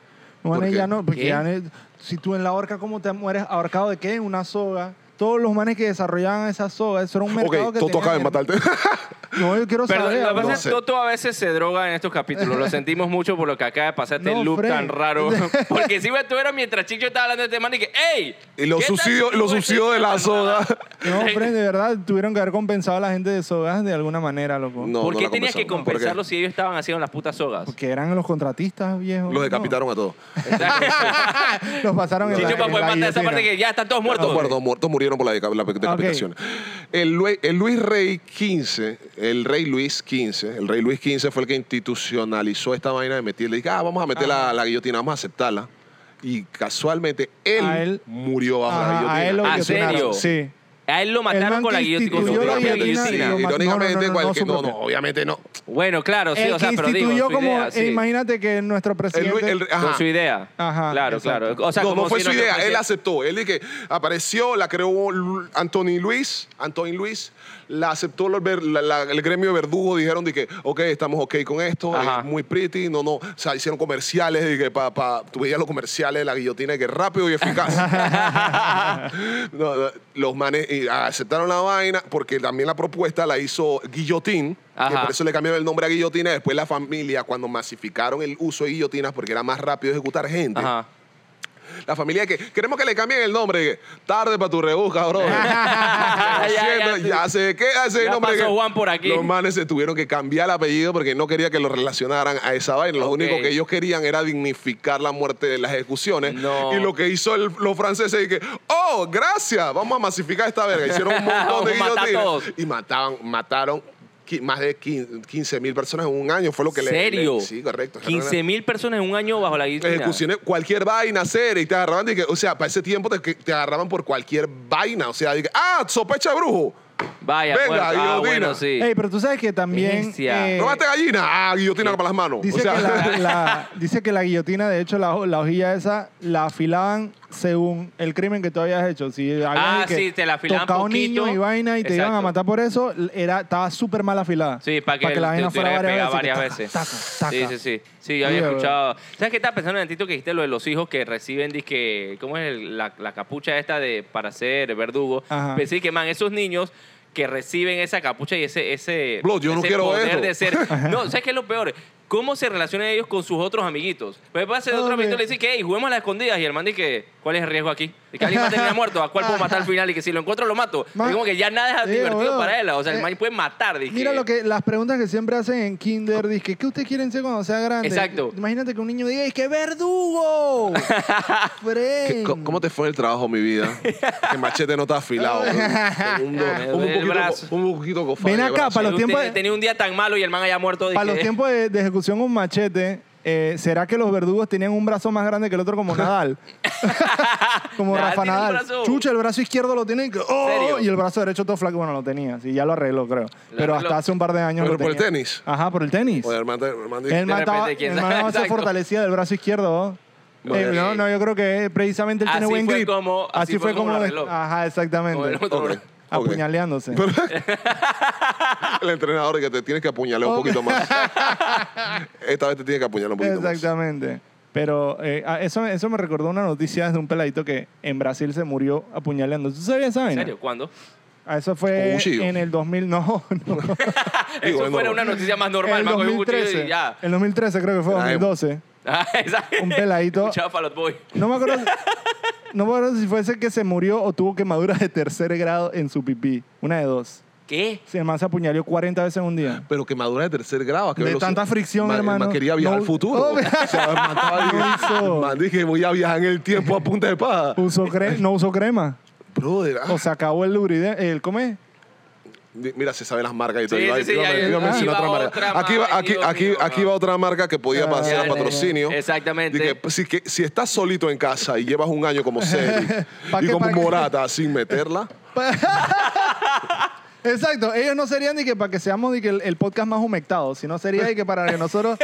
B: ¿Por
A: Manes
B: qué?
A: ya no, porque
C: ¿Qué?
A: ya no- si tú en la horca, ¿cómo te mueres ahorcado de qué? En una soga. Todos los manes que desarrollaban esa soga, eso era un mercado
B: Ok,
A: que
B: Toto
A: tenía
B: acaba de
A: mer-
B: matarte.
A: No, yo quiero
C: Pero
A: saber.
C: lo que
A: bro.
C: pasa
B: no
C: es que
B: sé.
C: Toto a veces se droga en estos capítulos. Lo sentimos mucho por lo que acaba de pasar este
A: No,
C: loop
A: Fred.
C: tan raro. Porque si tú eras mientras Chicho estaba hablando de este man y que, ¡ey!
B: y los
C: ¿qué tal
B: subsidios,
C: si
B: los
C: tú
B: subsidios de la
C: estás tan
B: soda.
C: raro?
A: No, Fren, de verdad, tuvieron que haber compensado a la gente de sogas de alguna manera, loco.
B: No,
C: ¿Por
B: no
C: qué
B: la
C: tenías que
B: compensamos. ¿Por qué?
C: compensarlo si ellos estaban haciendo las putas sogas?
A: Porque eran los contratistas, viejo.
B: Los
A: No.
B: decapitaron a todos.
A: Los pasaron en la,
C: Chicho, para
A: en la
C: poder matar esa
A: guillotina.
C: parte que ya están todos muertos.
B: Muertos, muertos, muertos murieron por la, deca- la decapitación. El, Lue- el Luis Rey XV, el rey Luis XV, el rey Luis XV fue el que institucionalizó esta vaina de meterle. Dije, ah, vamos a meter la, la guillotina, vamos a aceptarla. Y casualmente él,
A: A él-
B: murió bajo
A: Ajá,
B: la guillotina.
A: a él lo
C: ¿Ah,
A: guillotinaron.
C: serio?
A: Sí.
C: A él lo
A: El
C: mataron
A: man
C: con la
A: que
C: guillotina. con su
A: instituyó la
C: propia
A: guillotina y
C: guillotina.
A: lo mató.
B: Irónicamente,
A: No, no, no, no,
B: cualquier-
A: no,
B: no,
A: su
B: no,
A: propia.
B: obviamente no.
C: Bueno, claro, sí,
A: el
C: o sea,
A: que
C: pero digo,
A: instituyó
C: con su
A: como,
C: idea, sí.
A: eh, imagínate que nuestro presidente...
B: el- ajá.
C: Con su idea.
A: Ajá,
C: Claro,
A: exacto.
C: claro. O sea,
B: no,
C: como
B: no fue
C: si
B: su
C: nuestro
B: idea, él
C: presidente-
B: aceptó. Él que apareció, la creó Lu- Anthony Luis, Anthony Luis, la aceptó los ver- la- la- el gremio de verdugo, dijeron de que, ok, estamos ok con esto,
C: Ajá.
B: es muy pretty, no, no, o sea, hicieron comerciales, de que pa, pa, tú veías los comerciales de la guillotina, de que rápido y eficaz. No, no, los manes y aceptaron la vaina porque también la propuesta la hizo Guillotín, que
C: Ajá.
B: por eso le cambiaron el nombre a guillotina, después la familia, cuando masificaron el uso de guillotinas porque era más rápido ejecutar gente.
C: Ajá.
B: La familia que queremos que le cambien el nombre. Tarde para tu rebusca, bro.
C: Ya,
B: ya,
C: ya, ya.
B: se queda ese
C: Ya
B: nombre.
C: pasó
B: que-
C: Juan por aquí.
B: Los manes se tuvieron que cambiar el apellido porque no quería que lo relacionaran a esa vaina. Lo
C: Ok.
B: único que ellos querían era dignificar la muerte de las ejecuciones.
C: No.
B: Y lo que hizo el- los franceses es que, oh, gracias, vamos a masificar esta verga. Hicieron un montón
C: Vamos
B: de
C: a matar a
B: guillotinas.
C: todos.
B: Y mataban, mataron qui- más de 15 mil personas en un año. Fue lo que le-
C: ¿Serio?
B: le. Sí, correcto.
C: 15 mil personas en un año bajo la guillotina.
B: ejecuciones, cualquier vaina, serie, y te agarraban, de que, o sea, para ese tiempo te, que- te agarraban por cualquier vaina, o sea, de que, ah, sospecha de brujo,
C: Vaya,
B: Venga,
C: muerto. Ah,
B: guillotina.
C: bueno, sí.
A: Ey, pero tú sabes que también...
C: Bestia.
A: eh,
B: robaste gallina, ah, guillotina para las manos.
A: dice,
B: o
A: que
B: sea,
A: la, la- dice que la guillotina, de hecho, la, ho- la hojilla esa, la afilaban según el crimen que tú habías hecho. Si habías
C: Ah,
A: que
C: sí, te la afilaban
A: tocado
C: poquito.
A: niño y vaina y te
C: Exacto.
A: iban a matar por eso, era, estaba súper mal afilada.
C: Sí, para que,
A: la
C: te
A: vaina fuera
C: tuvieran que
A: varias veces.
C: pegar
A: que taca, taca,
C: Sí,
A: taca.
C: sí, sí. Sí, yo había
A: Oye,
C: escuchado. ¿Sabes qué estaba pensando en el título que dijiste? Lo de los hijos que reciben, disque, ¿cómo es el- la, la capucha esta de para ser verdugo?
A: Ajá.
C: Pensé que, man, esos niños que reciben esa capucha y ese, ese,
B: Bro, yo no
C: ese
B: quiero
C: poder
B: eso.
C: de ser. No, ¿sabes qué es lo peor? ¿Cómo se relacionan ellos con sus otros amiguitos? Pues pasa de otro
A: Hombre.
C: amiguito le dice que, hey, juguemos a las escondidas y el man dice que, ¿cuál es el riesgo aquí? Y que alguien más termina muerto, ¿a cuál puedo matar al final? Y que si lo encuentro, lo mato.
A: Ma-
C: es como que ya nada es
A: Sí,
C: divertido
A: weón.
C: para él. O sea, el
A: Eh,
C: man puede matar, dije.
A: Mira lo que las preguntas que siempre hacen en Kinder, dice, ¿qué ustedes quieren ser cuando sea grande?
C: Exacto.
A: Imagínate que un niño diga, ¡es que verdugo!
B: ¿Qué-
A: Fren.
B: co- ¿Cómo te fue en el trabajo, mi vida? Que machete no está afilado. Tengo un, do-
C: Me duele
B: un
C: el
B: poquito,
C: brazo.
B: co- un poquito cofado
A: Ven
B: en el
A: acá,
B: brazo.
A: para los
C: Usted
A: tiempos-
C: Tenía un día tan malo y el man haya muerto.
A: Para los
C: dije.
A: tiempos de, de ejecución un machete, eh, ¿será que los verdugos tenían un brazo más grande que el otro como Nadal? como
C: Nadal
A: Rafa
C: tiene un
A: Nadal.
C: brazo.
A: Chucha, el brazo izquierdo lo tiene. que- ¡Oh!
C: serio?
A: Y el brazo derecho todo flaco, bueno, lo tenía. Sí, ya lo arregló, creo. Pero
C: arregló.
A: hasta hace un par de años
B: Pero
A: lo
B: por el
A: tenía.
B: tenis.
A: Ajá, por el tenis.
B: Oye, hermano, hermano,
A: El
C: De
A: man estaba-
C: repente, quién
A: el man
C: sabe,
A: no se
C: exacto.
A: fortalecía del brazo izquierdo. ¿no? Eh,
C: Ok.
A: no, no, yo creo que precisamente él tiene
C: Así
A: buen
C: fue
A: grip.
C: como- así fue como lo
A: de-
C: arregló.
A: Ajá,
C: Como el
A: exactamente.
C: otro,
B: Ok.
C: bro.
B: Ok.
A: Apuñaleándose.
B: el entrenador que te tienes que apuñalar un
A: Ok.
B: poquito más. Esta vez te tienes que apuñalar un poquito más.
A: Exactamente. Pero eh, a- eso, eso me recordó una noticia de un peladito que en Brasil se murió apuñaleando. ¿Tú sabías,
C: ¿En
A: saben?
C: serio? ¿Cuándo?
A: Eso fue
B: Con cuchillo.
A: en el 2000. No, no.
B: Digo,
C: Eso
B: es
C: fuera
B: normal.
C: una noticia más
A: En
C: normal.
A: el
C: man, cogió un cuchillo
A: 2013.
C: y ya.
A: En 2013 creo que fue,
B: Ay,
A: 2012.
C: Ah, exacto.
A: Un peladito.
C: Escuchaba para los boys.
A: No me acuerdo. No me acuerdo si fue ese que se murió o tuvo quemaduras de tercer grado en su pipí. Una de dos.
C: ¿Qué?
A: Si además se apuñaló 40 veces en un día.
B: Pero quemadura de tercer grado. ¿a Ah, qué
A: De
B: velocidad?
A: tanta fricción,
B: Ma- el man
A: hermano.
B: quería viajar
A: No-
B: al futuro.
A: Oh,
B: o sea, el man estaba
A: No
B: diciendo,
A: hizo.
B: man, dije, voy a viajar en el tiempo a punta de paja.
A: Usó cre- no usó crema.
B: Brother, ah,
A: O se acabó el lubride. El, ¿Cómo es?
B: di- mira, se sabe las marcas y todo.
C: Sí,
B: Iba-
C: sí, sí,
B: iba-
C: ya-
B: iba a mencionar
C: iba
B: otra marca.
C: otra
B: aquí, va,
C: marca,
B: aquí,
C: Dios
B: aquí,
C: mío,
B: aquí
C: no.
B: va otra marca que podía
A: Ah,
B: pasar a
A: dale,
B: patrocinio.
C: Exactamente.
B: Dije, pues, si, que, si estás solito en casa y llevas un año como Celi
A: ¿Pa'
B: y
A: qué,
B: como
A: pa' qué?
B: Morata sin meterla,
A: Exacto, ellos no serían ni que para que seamos ni que el, el podcast más humectado, sino sería de que para que nosotros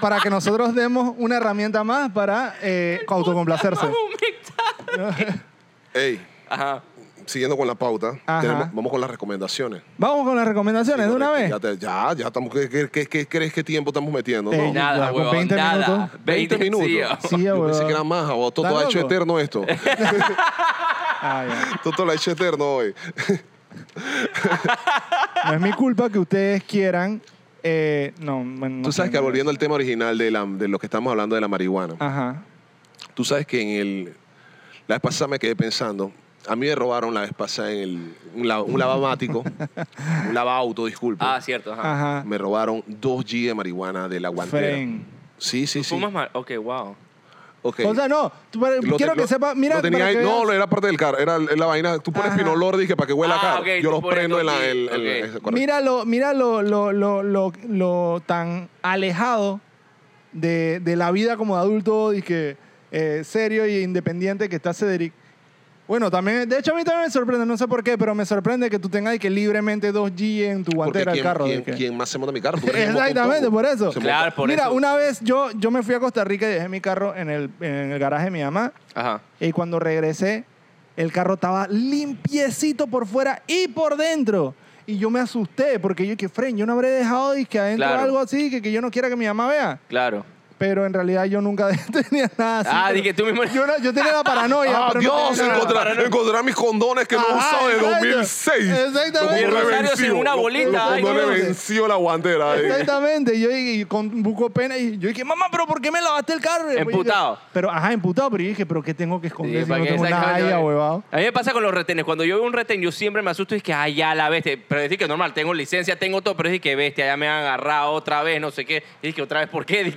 A: para que nosotros demos una herramienta más para eh, autocomplacerse.
B: hey,
C: Ah, Ajá.
B: siguiendo con la pauta,
A: Ajá.
B: tenemos- vamos con las recomendaciones. este,
A: Vamos con las recomendaciones de una vez.
B: Ya, te- ya, ya estamos. ¿qué, qué, qué- qué crees qué tiempo estamos metiendo?
A: Ey, ya,
B: No.
C: Nada,
A: con
C: huevón,
A: 20
C: nada.
A: minutos.
B: 20 minutos.
C: sí, oh.
A: Sí, ya,
B: Yo pensé
A: huevón.
B: que era más, abogado. Toto
A: ¿Estás
B: ha hecho
A: loco?
B: eterno esto.
A: Ah, ya.
B: Toto lo ha hecho eterno hoy.
A: No es mi culpa que ustedes quieran. eh, no, bueno, no
B: Tú sabes
A: sé.
B: que volviendo al tema original de, la- de lo que estamos hablando de la marihuana,
A: Ajá.
B: tú sabes que en el. La vez pasada me quedé pensando. A mí me robaron la vez pasada en el, un, la- un lavamático, un lavauto, disculpa.
C: Ah, cierto. Ajá.
A: Ajá.
B: Me robaron 2 G de marihuana de la guantera.
A: Fren.
B: Sí, sí, sí.
C: Fumas mal. Ok, wow.
B: Ok.
A: O sea, no, tú- pero
B: Lo te-
A: quiero
B: lo-
A: que sepas, mira,
B: lo tenía
A: para
B: ahí-
A: que
B: no,
A: veas.
B: no, era parte del carro. Era la vaina. Tú pones
A: Ajá.
B: pinolor, dije, para que huela
C: Ah,
B: carro.
C: ok,
B: Yo
C: tú
B: los
C: pones
B: prendo en la.
C: dos
B: el- el-
C: G, ok.
B: ese- correcto.
A: Mira lo, mira lo, lo, lo, lo, lo tan alejado de, de la vida como de adulto y que eh, serio e independiente que está Cedric. Bueno, también, de hecho a mí también me sorprende, no sé por qué, pero me sorprende que tú tengas y que libremente 2G en tu
B: Porque
A: guantera del
B: ¿quién,
A: carro.
B: quién-
A: de que-
B: quién más se monta en mi carro? Tú crees que me monto un
A: Exactamente,
B: topo.
A: por eso.
B: Se monta-
C: Claro, por
A: Mira,
C: eso.
A: una vez yo, yo me fui a Costa Rica y dejé mi carro en el, en el garaje de mi mamá.
C: Ajá.
A: Y cuando regresé, el carro estaba limpiecito por fuera y por dentro. Y yo me asusté porque yo que Fren, yo no habré dejado y que adentro
C: Claro.
A: algo así que, que yo no quiera que mi mamá vea.
C: Claro.
A: Pero en realidad yo nunca tenía nada así.
C: Ah,
A: pero
C: dije tú mismo.
A: Yo, no- yo tenía la paranoia.
B: Ah,
A: pero no
B: Dios,
A: tenía nada.
B: encontrar, encontrar mis condones que no he
A: Ajá,
B: usado de
A: exacto.
B: 2006.
A: Exactamente. Y
B: Los
A: el
B: condones
C: rosario sin
B: vencidos,
C: una
B: los-
C: bolita,
B: Los
C: ay,
B: condones
A: conoce.
B: venció la guantera. eh. ahí.
A: Exactamente, y yo y con buco pena y yo dije, mamá, pero ¿por qué me lavaste el carro? Y después yo dije-
C: Emputado.
A: pero, ajá, emputado, pero yo dije, pero ¿qué tengo que esconder
C: Sí,
A: si
C: para
A: no
C: que-
A: tengo nada
C: exactamente,
A: ahí,
C: para que-
A: ahuevado?
C: A mí me pasa con los retenes. Cuando yo veo un retén, yo siempre me asusto y es que, ay, ya la bestia. Pero es que normal, tengo licencia, tengo todo, pero es que bestia, ya me han agarrado otra vez, no sé qué. Y que otra vez, ¿por qué? Dije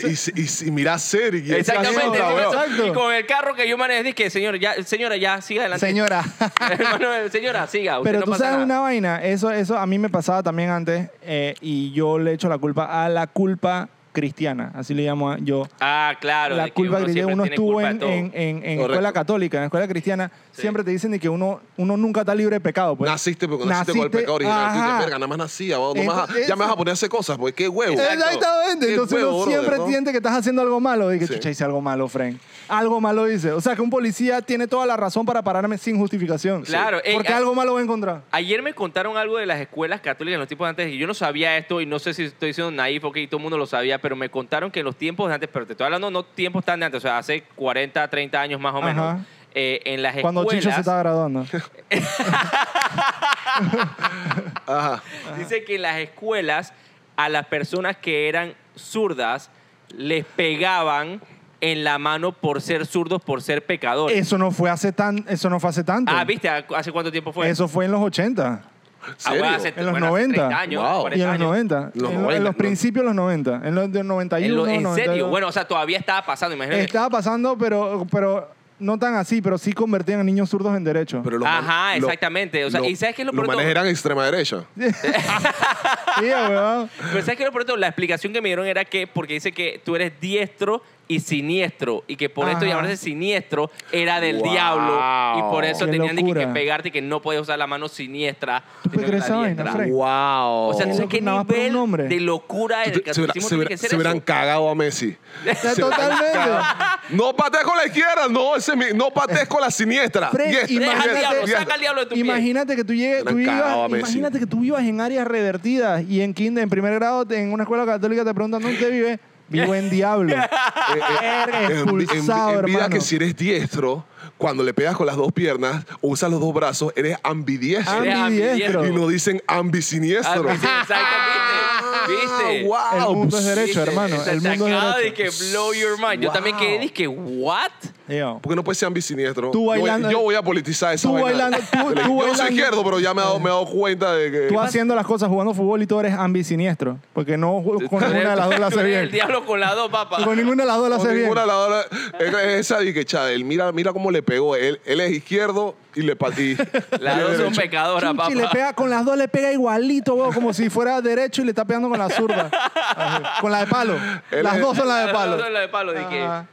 B: Y, se- y se- y se- y mirá serie. y esa
C: Exactamente.
B: mierda,
A: Exacto,
B: weón.
A: exacto.
C: Y con el carro que yo manejo, dije, señor, ya, señora, ya, siga adelante.
A: Señora.
C: Hermano, señora, siga. usted
A: Pero
C: no
A: tú
C: pasa
A: sabes una
C: nada.
A: vaina, eso, eso a mí me pasaba también antes eh, y yo le echo la culpa a la culpa cristiana, así le llamo a- yo.
C: Ah, claro. de
A: la
C: que
A: culpa
C: uno
A: cristiana,
C: siempre
A: uno
C: tiene
A: estuvo
C: culpa de
A: en,
C: todo.
A: en- en- en
B: Correcto.
A: escuela católica, en escuela cristiana, siempre te dicen de que uno, uno nunca está libre de pecado. Pues.
B: Naciste porque naciste, con el pecado original. Tú dices, verga, nada más nacía. weón, no me vas a-
A: Entonces-
B: ya me vas a poner a hacer cosas, pues qué huevo.
C: Exacto.
A: Exactamente,
B: Qué
A: entonces uno
B: huevo, brother,
A: siempre
B: ¿no?
A: entiende que estás haciendo algo malo. Y que
B: Sí.
A: chucha hice algo malo, Frank. Algo malo hice. O sea, que un policía tiene toda la razón para pararme sin justificación.
C: Claro, ey,
A: Porque
C: a-
A: algo malo va a encontrar.
C: Ayer me contaron algo de las escuelas católicas en los tiempos de antes y yo no sabía esto y no sé si estoy siendo naif porque todo el mundo lo sabía, pero me contaron que en los tiempos de antes, pero te estoy hablando no tiempos tan de antes, o sea, hace 40, 30 años más o
A: Ajá.
C: menos, eh, en las
A: Cuando
C: escuelas...
A: Chicho se estaba graduando.
B: Ajá.
C: Dice que en las escuelas a las personas que eran zurdas les pegaban en la mano por ser zurdos, por ser pecadores.
A: Eso no fue hace tan, eso no fue hace tanto.
C: Ah, ¿viste? ¿Hace cuánto tiempo fue?
A: Eso fue en los 80.
C: Ah, bueno, hace-
B: ¿Serio?
A: En los
C: bueno, hace
A: 90.
C: 30 años,
B: Wow.
C: 40
A: Y en los
C: años.
A: 90.
B: Los
A: en, lo- en
B: 90,
A: los
B: ¿no?
A: principios de los 90. En los de 91.
C: En, lo- en
A: 92.
C: serio, bueno, eh. o sea, todavía estaba pasando, imagínate.
A: Estaba pasando, pero, pero no tan así, pero sí convertían a niños zurdos en derechos.
B: Pero los man-
C: eh. Ajá,
B: lo-
C: exactamente. O sea,
B: lo-
C: ¿y sabes qué es lo
B: Los
C: peor de
B: manes
C: todo?
B: eran extrema derecha.
A: Sí, weón.
C: Pero ¿sabes qué es lo peor de todo? La explicación que me dieron era que, porque dice que tú eres diestro y siniestro, y que por esto
A: Ajá.
C: llamarse siniestro era del
B: Wow.
C: diablo, y por eso
A: Qué
C: tenían de que, que
A: locura.
C: pegarte y que no podías usar la mano siniestra.
A: ¿Tú puedes
C: sino que
A: creer esa
C: la
A: vaina,
C: diestra.
A: Frank?
B: Wow.
C: O sea,
A: Oh.
C: ¿tú sabes qué
A: Nada más por un
C: nivel
A: nombre.
C: de locura el
B: se, hubieran-
C: catolicismo
B: se
C: tiene
B: hubieran-
C: que ser
B: se hubieran
C: eso?
B: cagado a Messi.
A: Ya,
B: Se hubieran
A: totalmente.
B: cagado. No patees con la izquierda, no, ese mi- no patees con la siniestra.
A: Fred,
B: Diestra,
C: Deja al
B: diestra,
C: diablo,
B: diestra.
C: saca al diablo de tu pie.
A: Imagínate que tú llegues,
B: Gran
A: tú vivas-
B: cagado a Messi.
A: imagínate que tú vivas en áreas revertidas y en kinder, en primer grado, te- en una escuela católica te preguntan dónde vives. Vivo en diablo.
C: Eh,
A: Verga,
B: En- en-
A: expulsado,
B: en, vida
A: hermano.
B: que si eres diestro, cuando le pegas con las dos piernas o usas los dos brazos, eres ambidiestro.
C: Eres ambidiestro.
A: Ambidiestro.
B: Y no dicen
C: Ah,
B: ambisiniestro.
C: sí, exacto, ¿viste? ¿Viste?
B: Ah, wow.
A: El mundo es derecho,
C: ¿Viste?
A: hermano.
C: O sea,
A: El
C: te
A: mundo es
C: acaba de
A: derecho.
C: que blow your mind. Yo también
B: Wow.
C: quedé dije, ¿what?
A: Yo.
B: ¿Por qué no puede ser ambisiniestro?
A: Tú
B: Yo voy-
A: bailando-
B: Yo voy, a politizar esa
A: Tú
B: vaina.
A: bailando- tú- tú
B: Yo soy
A: bailando-
B: izquierdo, pero ya me he dado, me he dado cuenta de que...
A: Tú haciendo las cosas, jugando fútbol y tú eres ambisiniestro. Porque no ju- con ninguna de las dos la
C: Tú
A: haces
C: eres El
A: bien.
C: diablo con las dos, papá.
A: Con ninguna de las dos la
B: Con
A: haces bien.
B: ninguna la hora- es- es esa y que Chadel, mira, mira cómo le pegó. Él, él es izquierdo y le patí.
C: Las dos son pecadoras,
A: Chuchi, le
C: papá.
A: pega, con las dos le pega igualito, huevón, como si fuera derecho y le está pegando con la zurda. Así, con la de palo.
B: Él
A: Las
B: es-
A: dos son las de
C: Las
A: palo. Ah.
C: dos son las de palo, dije.
A: Ajá.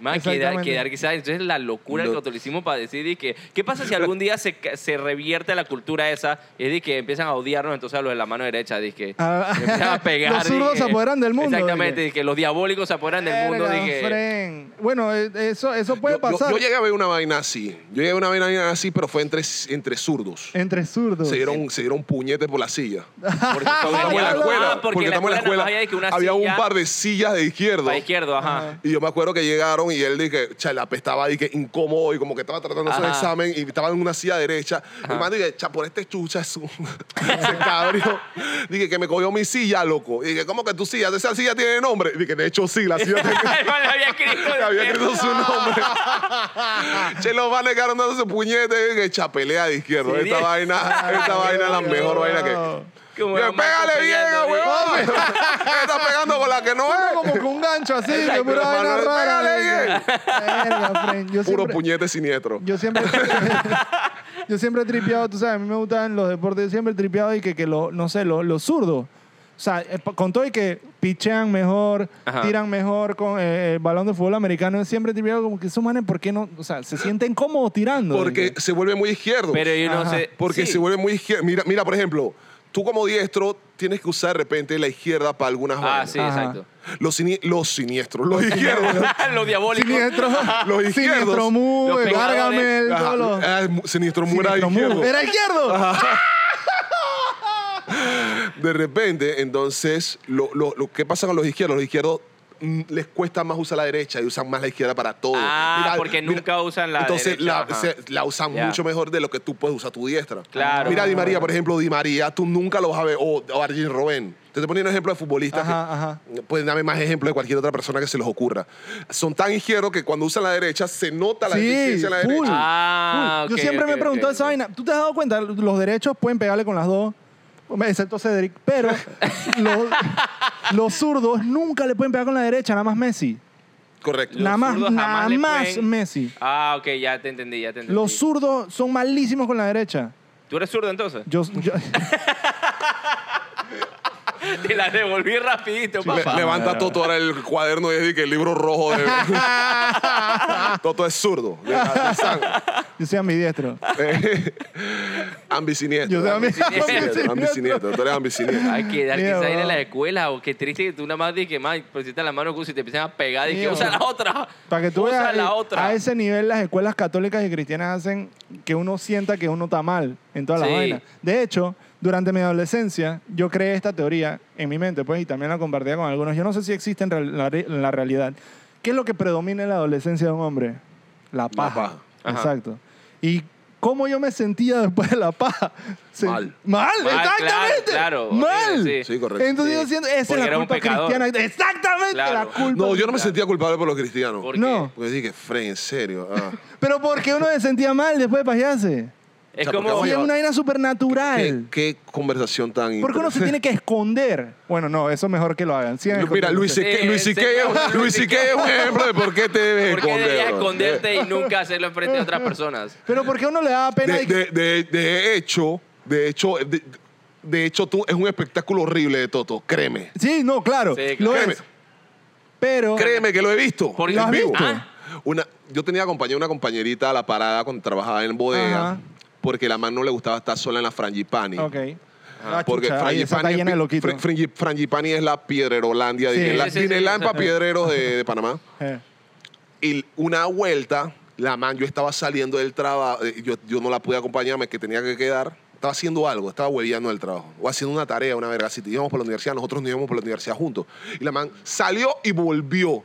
C: Más quedar,
A: Exactamente.
C: quedar quizás. Entonces la locura del
B: Lo-
C: catolicismo para decir y que ¿qué pasa si algún día se, ca- se revierte la cultura esa y de que empiezan a odiarnos entonces a los de la mano derecha? Dije,
A: Ah.
C: empiezan a pegar.
A: Los zurdos
C: dije.
A: se apoderan del mundo,
C: Exactamente,
A: dije.
C: dije, los diabólicos se apoderan del mundo.
A: Verga,
C: Dije,
A: Fren. Bueno, eh, eso, eso
B: Yo,
A: puede
B: yo-
A: pasar
B: yo llegué a ver una vaina así. Yo llegué a una vaina así, pero fue entre, entre zurdos.
A: entre zurdos.
B: Se dieron, se dieron puñetes por la silla.
C: porque estamos
B: Estamos en la escuela.
C: porque,
B: porque
C: en la
B: estamos en la
C: escuela nada más
B: escuela.
C: había de que una
B: Había un
C: silla
B: par de sillas de izquierdo.
C: para izquierdo, ajá.
B: Y yo me acuerdo que llegaron y él dije, cha, le apestaba dije, incómodo y como que estaba tratando de hacer un
C: Ajá.
B: examen y estaba en una silla derecha. El man dije, cha, por este chucha es un se cabrio. Dije que me cogió mi silla, loco. Y dije, ¿cómo que tu silla? ¿Esa silla tiene nombre? Y dije, de hecho sí, la silla tiene
C: El man había escrito.
B: que había escrito su nombre. che, los van negaron dándose puñetes. y Que chapelea de izquierdo.
C: Sí,
B: esta
C: bien.
B: vaina, esta vaina es la mejor vaina que.
C: Como
B: Dije,
C: la marca
B: pégale bien,
C: peleando,
B: huevón.
A: bien.
B: Está pegando con la que no
A: Uno
B: es.
A: como con un gancho así, de
B: Exacto,
A: pura vaina
B: hermano,
A: rara.
B: pégale
A: verga. Verga, Fren. Yo
B: Puro
A: siempre-
B: puñete siniestro.
A: Yo siempre, yo siempre he tripeado, tú sabes, a mí me gustan los deportes, yo siempre he tripeado y que, que lo, no sé, lo- los zurdos. O sea, eh, pa- con todo y que pichean mejor,
C: Ajá.
A: tiran mejor con eh, el balón de fútbol americano, yo siempre he tripeado como que esos manes, ¿por qué no? O sea, se sienten cómodos tirando.
B: Porque se vuelve muy izquierdo.
C: Pero yo no
A: Ajá.
C: sé.
B: Porque
C: sí.
B: se vuelve muy izquierdo. Mira, mira, por ejemplo, tú como diestro tienes que usar de repente la izquierda para algunas
C: Ah,
B: vainas.
C: sí,
A: Ajá.
C: exacto. Ah,
B: Los, sini- los siniestros, los izquierdos.
C: los diabólicos.
A: Siniestro,
B: Los izquierdos.
A: siniestro Mu,
C: Los
A: el
C: pegadores.
A: Gargamel,
B: Ajá,
A: todos los...
B: ah, mu- siniestro muy
A: Siniestro Mu.
B: izquierdo.
A: Era izquierdo.
B: De repente, entonces, lo, lo, lo- ¿qué pasa con los izquierdos? Los izquierdos mm, les cuesta más usar la derecha y usan más la izquierda para todo.
C: Ah, porque nunca usan la
B: entonces
C: derecha,
B: la,
C: ajá.
B: se- la usan
C: Ya.
B: mucho mejor de lo que tú puedes usar tu diestra.
C: Claro.
B: Mira a Di María, por ejemplo, Di María, tú nunca lo vas a ver, o, o Arjen Robben. Te estoy poniendo un ejemplo de futbolista.
A: Ajá, ajá.
B: Pueden darme más ejemplos de cualquier otra persona que se les ocurra. Son tan izquierdos que cuando usan la derecha se nota la
A: Sí,
B: deficiencia de la
A: full.
B: derecha.
C: Ah,
A: Full.
C: ok,
A: Yo siempre
C: ok,
A: me he preguntado
C: ok.
A: esa vaina. ¿Tú te has dado cuenta? Los derechos pueden pegarle con las dos, excepto Cedric, pero los, los zurdos nunca le pueden pegar con la derecha, nada más Messi.
B: Correcto.
C: Los
A: nada más,
C: zurdos jamás
A: nada
C: le
A: más
C: pueden-
A: Messi.
C: Ah, ok, ya te entendí, ya te entendí.
A: Los zurdos son malísimos con la derecha.
C: ¿Tú eres zurdo entonces?
A: Yo, yo-
C: Te la devolví rapidito,
B: Le-
C: papá.
B: levanta Toto ahora el cuaderno y dice que el libro rojo de... Toto es zurdo. de-
A: Ah.
B: de sangre.
A: yo soy ambidiestro.
B: ambisiniestro.
A: Yo soy
C: Ambisiniestro,
A: ambisiniestro.
B: Ambisiniestro. Tú eres ambisiniestro.
C: Hay que dar
A: Mira,
C: quizás ir a
A: bro.
C: la escuela o qué triste que tú nada más dices que más presita la mano y te empiezan a pegar y que
A: Mira,
C: usa
A: bro.
C: la otra.
A: Para que tú
C: usa
A: veas,
C: la
A: eh,
C: otra.
A: a ese nivel las escuelas católicas y cristianas hacen que uno sienta que uno está mal en toda la
C: Sí.
A: vaina. De hecho, durante mi adolescencia, yo creé esta teoría en mi mente, pues, y también la compartía con algunos. Yo no sé si existe en real- la, re- en la realidad. ¿Qué es lo que predomina en la adolescencia de un hombre? La paja.
B: paja.
C: Ajá.
A: Exacto. Y ¿Cómo yo me sentía después de la paja? Se-
B: Mal.
A: Mal,
C: Mal,
A: exactamente.
C: claro, claro,
A: Mal.
C: horrible, sí.
B: Sí, correcto.
A: Entonces
C: Sí.
A: yo siento, esa
C: Porque
A: es
C: era
A: la
C: un
A: culpa
C: pecador.
A: cristiana. Exactamente, la
C: Claro.
A: culpa.
B: No, yo no me sentía culpable por los cristianos.
C: ¿Por
A: No.
B: Porque dije, Fred, en serio. ah.
A: Pero ¿por qué uno se sentía mal después de pajearse?
C: qué? Es
B: O sea,
C: como...
B: porque
A: Sí, es una vaina
B: ¿Qué,
A: supernatural.
B: qué conversación tan
A: ¿Por qué uno se tiene que esconder? Bueno, no, eso mejor que lo hagan. Sigan
B: Lu- Mira,
A: escondiéndose.
B: Luis C.K.
C: Sí,
B: Luis
C: sí,
B: C.K.
C: claro.
B: es- Luis C.K. es un ejemplo de por qué te debes
C: ¿Por qué deberías
B: esconder.
C: esconderte y nunca hacerlo enfrente de otras personas?
A: Pero ¿por qué a uno le da pena?
B: De,
A: y-
B: de- de- de hecho, de hecho, de, de hecho tú, es un espectáculo horrible de Toto, créeme.
A: Sí, no, claro.
C: Sí,
A: Lo
C: claro.
A: es. Pero.
B: Créeme que lo he visto.
C: ¿Por
A: ¿Lo
B: en
A: has
B: vivo.
A: visto?
B: Una, yo tenía acompañado una compañerita a la parada cuando trabajaba en bodega,
A: Ajá.
B: porque la man no le gustaba estar sola en la frangipani.
A: Ok. Ah,
B: Porque
A: chucha, ahí esa está
B: Frangipani,
A: llena de
B: es pi-
A: loquitos.
B: Fran- Frangi- Frangipani es la piedrerolandia,
A: Sí.
B: Disneyland,
C: Sí, sí, sí,
B: Disneyland
C: sí, sí.
B: pa' piedreros de- de Panamá.
A: Eh.
B: Y una vuelta, la man, yo estaba saliendo del trabajo, eh, yo, yo no la pude acompañarme, que tenía que quedar. Estaba haciendo algo, estaba hueviando del trabajo, o haciendo una tarea, una verga. Si íbamos por la universidad, nosotros no íbamos por la universidad juntos. Y la man salió y volvió.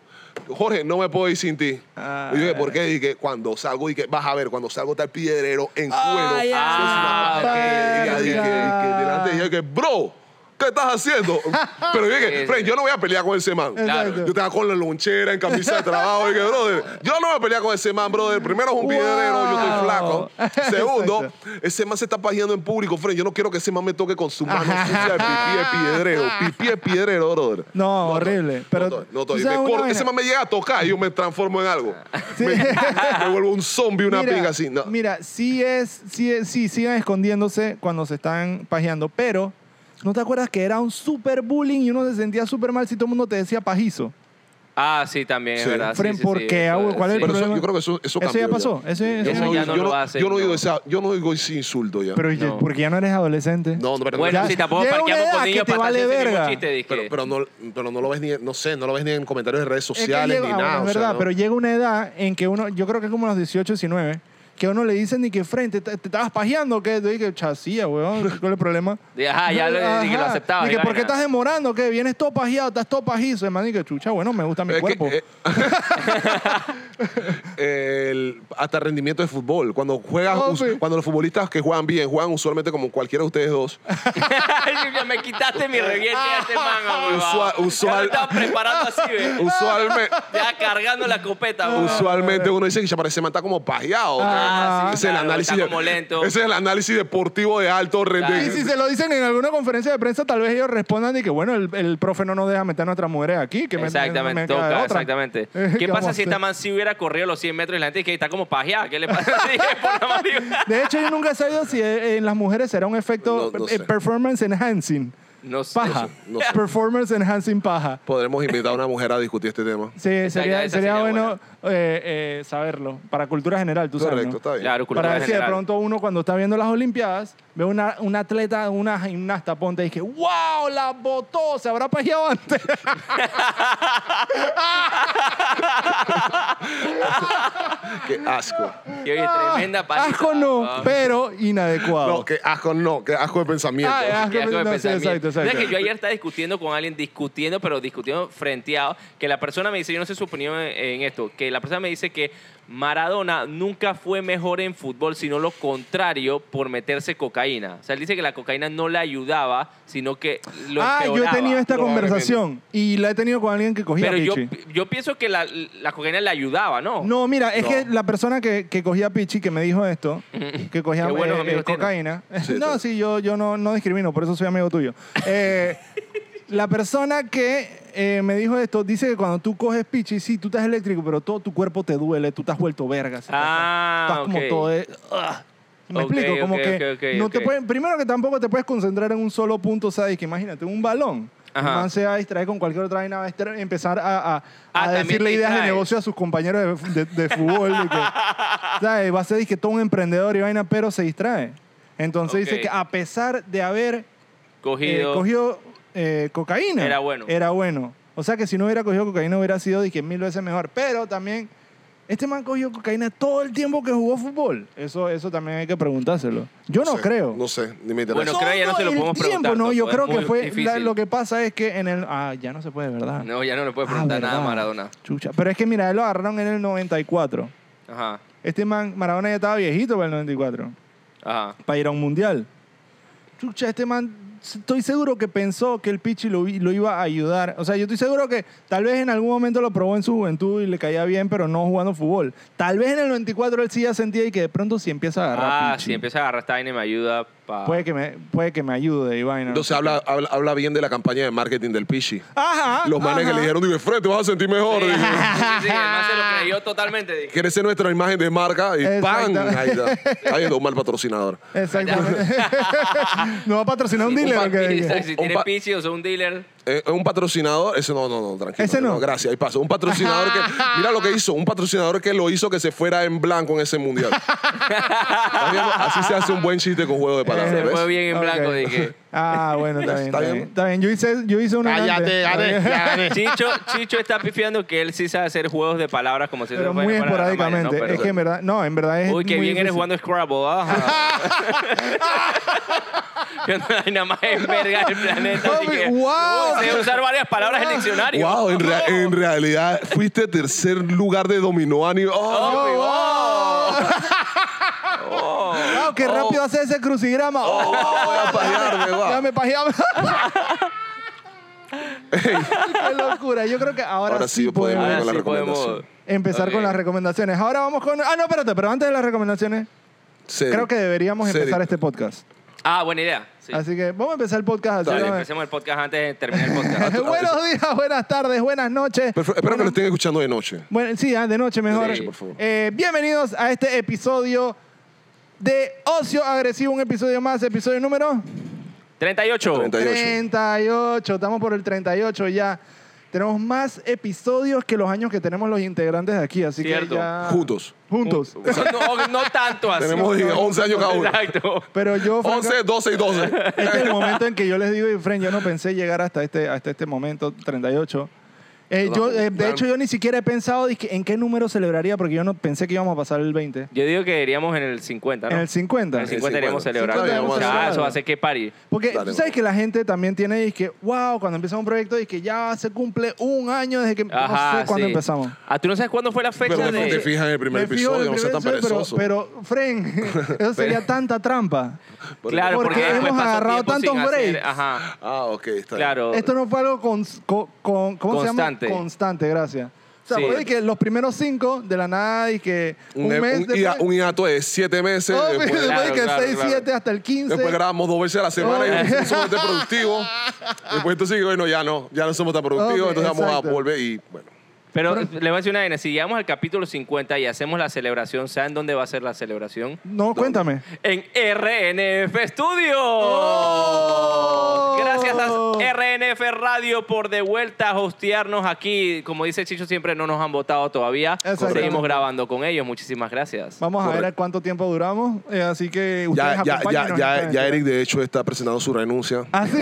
B: Jorge, no me puedo ir sin ti.
A: Ah.
B: Y yo dije, ¿por qué? Dije, cuando salgo, dije, vas a ver, cuando salgo tal piedrero en cuero.
A: Ay,
C: ah,
B: Eso es una-
A: ok,
B: y ya dije,
A: verga.
B: que delante, y yo dije, bro, ¿qué estás haciendo? Pero yo
C: Sí, sí.
B: dije, Fren, yo no voy a pelear con ese man.
C: Claro.
B: Yo estaba con la lonchera, en camisa de trabajo. Y que, brother, yo no voy a pelear con ese man, brother. Primero es un
A: Wow.
B: piedrero, yo estoy flaco. Segundo, ese man se está pajeando en público, Fren. Yo no quiero que ese man me toque con su mano sucia de pipí de piedrero. Pipí de piedrero, brother.
A: No, horrible. Pero,
B: no, estoy, no
A: ¿tú
B: estoy. Me
A: sabes una
B: cor-
A: vaina?
B: Ese man me llega a tocar y yo me transformo en algo.
A: Sí.
B: Me vuelvo un zombie, una pinga así. No.
A: Mira, sí es, sí es- sí sigan escondiéndose cuando se están pajeando, pero ¿no te acuerdas que era un super bullying y uno se sentía súper mal si todo el mundo te decía pajizo?
C: Ah, sí, también, es
B: Sí.
C: ¿verdad? Sí,
A: Fren,
C: sí,
A: ¿por
C: sí,
A: qué?
C: eso,
A: ¿Cuál es el
B: Pero eso-
A: problema?
B: yo creo que eso,
A: Eso
B: eso
A: ya
B: cambió
A: pasó, eso- eso
B: Yo
A: ya
B: no,
C: no
B: yo
C: lo
B: no-
C: hacen,
B: yo no
C: no.
B: oigo esa- yo no oigo ese insulto ya.
A: Pero
C: No.
A: porque ya no eres adolescente.
B: no, no, pero
C: Bueno,
A: Ya-
C: si tampoco
A: llega una
C: parqueamos
A: edad
C: con
A: que
C: niños
A: te
C: para
A: vale
C: hacerse el mismo
A: verga.
C: chiste, dije.
B: Pero, pero no, pero no lo ves ni, no sé, no lo ves ni en comentarios de redes
A: Es que
B: sociales
A: llega-
B: ni
A: ah,
B: nada.
A: bueno,
B: o
A: es
B: sea,
A: verdad,
B: no.
A: pero llega una edad en que uno, yo creo que es como los 18, 19, que a uno le dicen ni que frente, te, te estabas pajeando, que yo dije, chasía, weón, ¿cuál es el problema?
C: De, ajá, ya lo-
A: Ajá.
C: de que lo aceptaba,
A: Ni que,
C: y
A: ¿por qué
C: vaina.
A: estás demorando? que Vienes todo pajeado, estás todo pajizo. Hermano, y que chucha, bueno, me gusta mi
B: Es que,
A: cuerpo.
B: eh, el- hasta rendimiento de fútbol. Cuando juegas,
A: Oh,
B: us-
A: sí.
B: cuando los futbolistas que juegan bien, juegan usualmente como cualquiera de ustedes dos.
C: Ay, ya me quitaste mi reguete a este manga, weón.
B: Usual- usual-
C: Ya lo estaba preparando así, ve.
B: Usualmente,
C: Ya cargando la copeta, weón.
B: usualmente uno dice que ya parece man está como pajeado.
A: Ah,
B: ¿ok?
A: sí,
B: ese es el
C: claro,
B: análisis
C: está
B: de-
C: como lento.
B: Ese es el análisis deportivo de alto
C: Claro.
A: y
B: rendimiento.
A: si se lo dicen en alguna conferencia de prensa, tal vez ellos respondan y que, bueno, el, el profe no nos deja meter a nuestras mujeres aquí. Que me- me-
C: Exactamente,
A: me queda de
C: toca,
A: otra.
C: exactamente.
A: Eh, vamos a
C: ¿Qué pasa si
A: hacer?
C: esta man si hubiera corrido los 100 metros y la gente que está como pajeada? ¿Qué le pasa? Dije, por la madre.
A: De hecho, yo nunca he sabido si eh, en las mujeres será un efecto
B: No, no
A: eh,
B: sé.
A: performance enhancing.
C: No sé.
A: Paja.
B: no sé.
A: Performance enhancing paja.
B: Podremos invitar a una mujer a discutir este tema.
A: Sí,
C: Esa-
A: sería,
C: esa
A: sería
C: sería
A: bueno eh, eh, saberlo. Para cultura general, tú sabes.
B: Correcto,
A: ¿no?
B: está bien.
C: Claro, cultura
A: Para ver si de
C: general.
A: pronto uno cuando está viendo las Olimpiadas ve una, un atleta, una gimnasta, ponte y que ¡Wow! ¡La botó! ¿Se habrá pajeado antes?
B: Qué asco.
C: Y oye, tremenda paja. Ah.
A: Asco Ah, no, pero inadecuado.
B: No, qué asco no, qué asco de pensamiento.
A: Ah, ah.
C: Qué asco de
A: No, sí,
C: pensamiento.
A: exacto, exacto.
C: ¿Sabes que yo ayer estaba discutiendo con alguien, discutiendo, pero discutiendo frenteado, que la persona me dice, yo no sé su opinión en, en esto, que la persona me dice que Maradona nunca fue mejor en fútbol, sino lo contrario por meterse cocaína. O sea, él dice que la cocaína no le ayudaba, sino que lo
A: ah, yo he
C: empeoraba.
A: tenido esta
B: probablemente.
A: conversación y la he tenido con alguien que cogía
C: Pero yo,
A: pichi.
C: yo pienso que la, la cocaína le ayudaba, ¿no?
A: No, mira, es
B: No.
A: que la persona que, que cogía pichi, que me dijo esto, que cogía
C: Qué
A: eh,
C: buenos
A: eh,
C: amigos tienes.
A: cocaína.
B: Sí,
A: no,
B: sí.
A: sí, yo, yo no, no discrimino, por eso soy amigo tuyo. Eh, la persona que eh, me dijo esto dice que cuando tú coges pichi, sí, tú estás eléctrico, pero todo tu cuerpo te duele, tú estás vuelto verga. así,
C: Ah,
A: estás, estás
C: ok.
A: como todo... eh, de- ¡Ugh! me
C: Ok,
A: explico, como
C: ok,
A: que
C: ok, ok,
A: no
C: ok.
A: te pueden, primero que tampoco te puedes concentrar en un solo punto, sabes que imagínate un balón,
C: Ajá.
A: el man se va a distraer con cualquier otra vaina, va a estar- empezar a, a-
C: Ah,
A: a
C: también
A: decirle
C: te
A: ideas de
C: distrae.
A: negocio a sus compañeros de, de- de fútbol. de que, ¿sabes? Va a ser dizque, todo un emprendedor y vaina, pero se distrae. Entonces
C: Ok.
A: dice que a pesar de haber eh,
C: Cogido.
A: cogido eh, cocaína,
C: Era bueno.
A: era bueno. O sea que si no hubiera cogido cocaína hubiera sido dizque, mil veces mejor. Pero también, este man cogió cocaína todo el tiempo que jugó fútbol. Eso, eso también hay que preguntárselo. Yo no,
B: sé,
A: creo.
B: No sé, ni me interesa.
C: Bueno, creo que ya no se lo
A: el
C: podemos
A: tiempo,
C: preguntar,
A: No, yo
C: Toto, es
A: creo que
C: muy
A: fue.
C: difícil.
A: la- lo que pasa es que en el. Ah, ya no se puede, ¿verdad?
C: No, ya no le puedes
A: Ah,
C: preguntar nada a
A: ¿verdad?
C: Maradona.
A: Chucha. Pero es que mira, él lo agarraron en el 94.
C: Ajá.
A: Este man, Maradona ya estaba viejito para el 94,
C: Ajá.
A: para ir a un mundial. Chucha, este man, estoy seguro que pensó que el Pichi lo, i- lo iba a ayudar. O sea, yo estoy seguro que tal vez en algún momento lo probó en su juventud y le caía bien, pero no jugando fútbol. Tal vez en el 94 él sí ya sentía y que de pronto sí empieza a agarrar.
C: Ah,
A: Pichi.
C: si empieza a agarrar esta vaina y me ayuda para...
A: Puede que me, puede que me ayude, Iván. ¿no?
B: Entonces habla, habla, habla bien de la campaña de marketing del Pichi.
A: Ajá.
B: Los manes que
A: Ah, ajá.
B: le dijeron, dije, Fred, te vas a sentir mejor.
C: Sí, sí,
B: Dije,
C: sí, sí, además se lo creyó totalmente. Dije,
B: ¿Quieres ser nuestra imagen de marca? Y ¡pam!
A: Exacto.
B: Ahí está. Ahí está un mal patrocinador.
A: Exactamente. no va a patrocinar un
C: Un
A: dealer.
C: pa-
A: ¿o qué?
C: mire, ¿sabes? Si
B: Un
C: tiene
B: pa-
C: pichi o sea, un dealer.
B: Eh, un patrocinador, ese no, no, no, tranquilo.
A: Ese no.
B: Gracias, ahí paso. Un patrocinador que, mira lo que hizo, un patrocinador que lo hizo que se fuera en blanco en ese mundial. ¿Estás viendo? Así se hace un buen chiste con juego de palabras.
C: Se
B: ¿ves?
C: fue bien en
A: Ok.
C: blanco. Dije,
A: Ah, bueno, está bien.
B: Está
A: Está bien.
B: bien.
A: Está bien. Yo hice, yo hice una.
D: Cállate,
A: antes.
D: gané, ya gané.
C: Chicho, Chicho está pifiando que él sí sabe hacer juegos de palabras como si
A: Pero
C: fuera
A: muy
C: una palabra
A: esporádicamente.
C: maya, ¿no? Pero-
A: es que en verdad, no, en verdad es.
C: Uy, qué
A: muy
C: bien
A: difícil.
C: eres jugando Scrabble. ajá. Que no hay nada más en verga del planeta. así
A: Hombre,
C: que,
A: wow.
C: uy, sé usar varias palabras en el diccionario.
B: Wow, en, rea- en realidad fuiste tercer lugar de dominó a nivel- ¡Oh!
C: Hombre, wow.
A: Wow, qué
C: Oh.
A: rápido hace ese crucigrama. Oh,
B: voy a pajearme, va.
A: ya me pajeaba. qué locura. Yo creo que ahora,
B: Ahora
A: sí
B: sí
A: podemos
B: podemos con la
C: Ahora sí podemos-
B: recomendación.
A: empezar
C: Ok.
A: con las recomendaciones. Ahora vamos con. Ah, no, espérate, pero antes de las recomendaciones,
B: Serio.
A: creo que deberíamos
B: Serio.
A: empezar este podcast.
C: Ah, buena idea. Sí.
A: Así que vamos a empezar el podcast. así
C: Dale,
A: vamos a-
C: empecemos el podcast antes de terminar el podcast.
A: Buenos días, buenas tardes, buenas noches.
B: Pero- espero que lo estén escuchando de noche.
A: Bueno, sí, ah, de noche mejor.
B: noche, por favor.
A: Eh, bienvenidos a este episodio de Ocio Agresivo, un episodio más, episodio número
C: 38.
B: 38.
A: 38. Estamos por el 38 ya. Tenemos más episodios que los años que tenemos los integrantes de aquí, así
C: Cierto.
A: que ya...
B: Juntos.
A: Juntos.
C: O sea, no, no tanto así.
B: Tenemos dije, 11 años cada uno.
C: Exacto.
A: Pero yo... Franco,
B: 11, 12 y 12.
A: Este es el momento en que yo les digo, y friend, yo no pensé llegar hasta este, hasta este momento, 38. Eh, yo, eh, de hecho, yo ni siquiera he pensado dizque, en qué número celebraría, porque yo no pensé que íbamos a pasar el 20.
C: Yo digo que iríamos en el 50, ¿no?
A: En el 50.
C: En el 50 iríamos
B: En el 50.
C: celebrando.
B: Sí,
A: vamos a
C: Ah,
A: celebrar.
C: eso va a ser que party.
A: Porque
B: Dale,
A: tú sabes
B: bro.
A: que la gente también tiene y que, wow, cuando empieza un proyecto y que ya se cumple un año desde que no
C: Ajá,
A: sé cuándo
C: sí.
A: empezamos.
C: Ah, tú no sabes cuándo fue la fecha
B: Pero te,
C: de...
B: te fijas en el primer
A: Me fijo en
B: episodio,
A: el
B: no seas tan
A: primer episodio,
B: perezoso.
A: pero, pero, Fren, eso sería tanta trampa.
C: Claro,
A: Porque
C: porque, después
A: hemos
C: pasó
A: agarrado
C: tiempo sin
A: tantos
C: hacer-
A: breaks.
C: Ajá,
B: Ah, ok, está bien.
C: claro.
A: Esto no fue algo cons- co- con- ¿cómo
C: Constante.
A: se llama? Constante, gracias. O sea,
C: Sí.
A: puede que los primeros cinco de la nada y que un,
B: Un, e- un,
A: mes
B: un hiato-
A: después,
B: un hiato de 7 meses.
A: Oh,
B: después,
A: después
C: Claro,
A: de que
C: claro,
A: seis,
C: claro.
A: siete hasta el 15.
B: después grabamos dos veces a la semana
A: Oh.
B: y somos sumamente productivos. Después entonces bueno, ya no, ya no somos tan productivos,
A: Ok,
B: entonces vamos a
A: exacto.
B: volver y bueno.
C: Pero eh, le voy a decir una vaina. Si llegamos al capítulo 50 y hacemos la celebración, ¿saben dónde va a ser la celebración?
A: No, cuéntame.
C: En RNF Studio. Oh,
A: Oh.
C: Gracias a RNF Radio por de vuelta hostearnos aquí. Como dice Chicho, siempre no nos han votado todavía.
A: Exactamente.
C: Seguimos grabando con ellos. Muchísimas gracias.
A: Vamos a ver
B: Correcto.
A: cuánto tiempo duramos. eh, así que ustedes
B: Ya, ya, ya,
A: acompáñenos en esta
B: ya, ya
A: aventura.
B: Eric de hecho está presentando su renuncia.
A: ¿Ah, sí?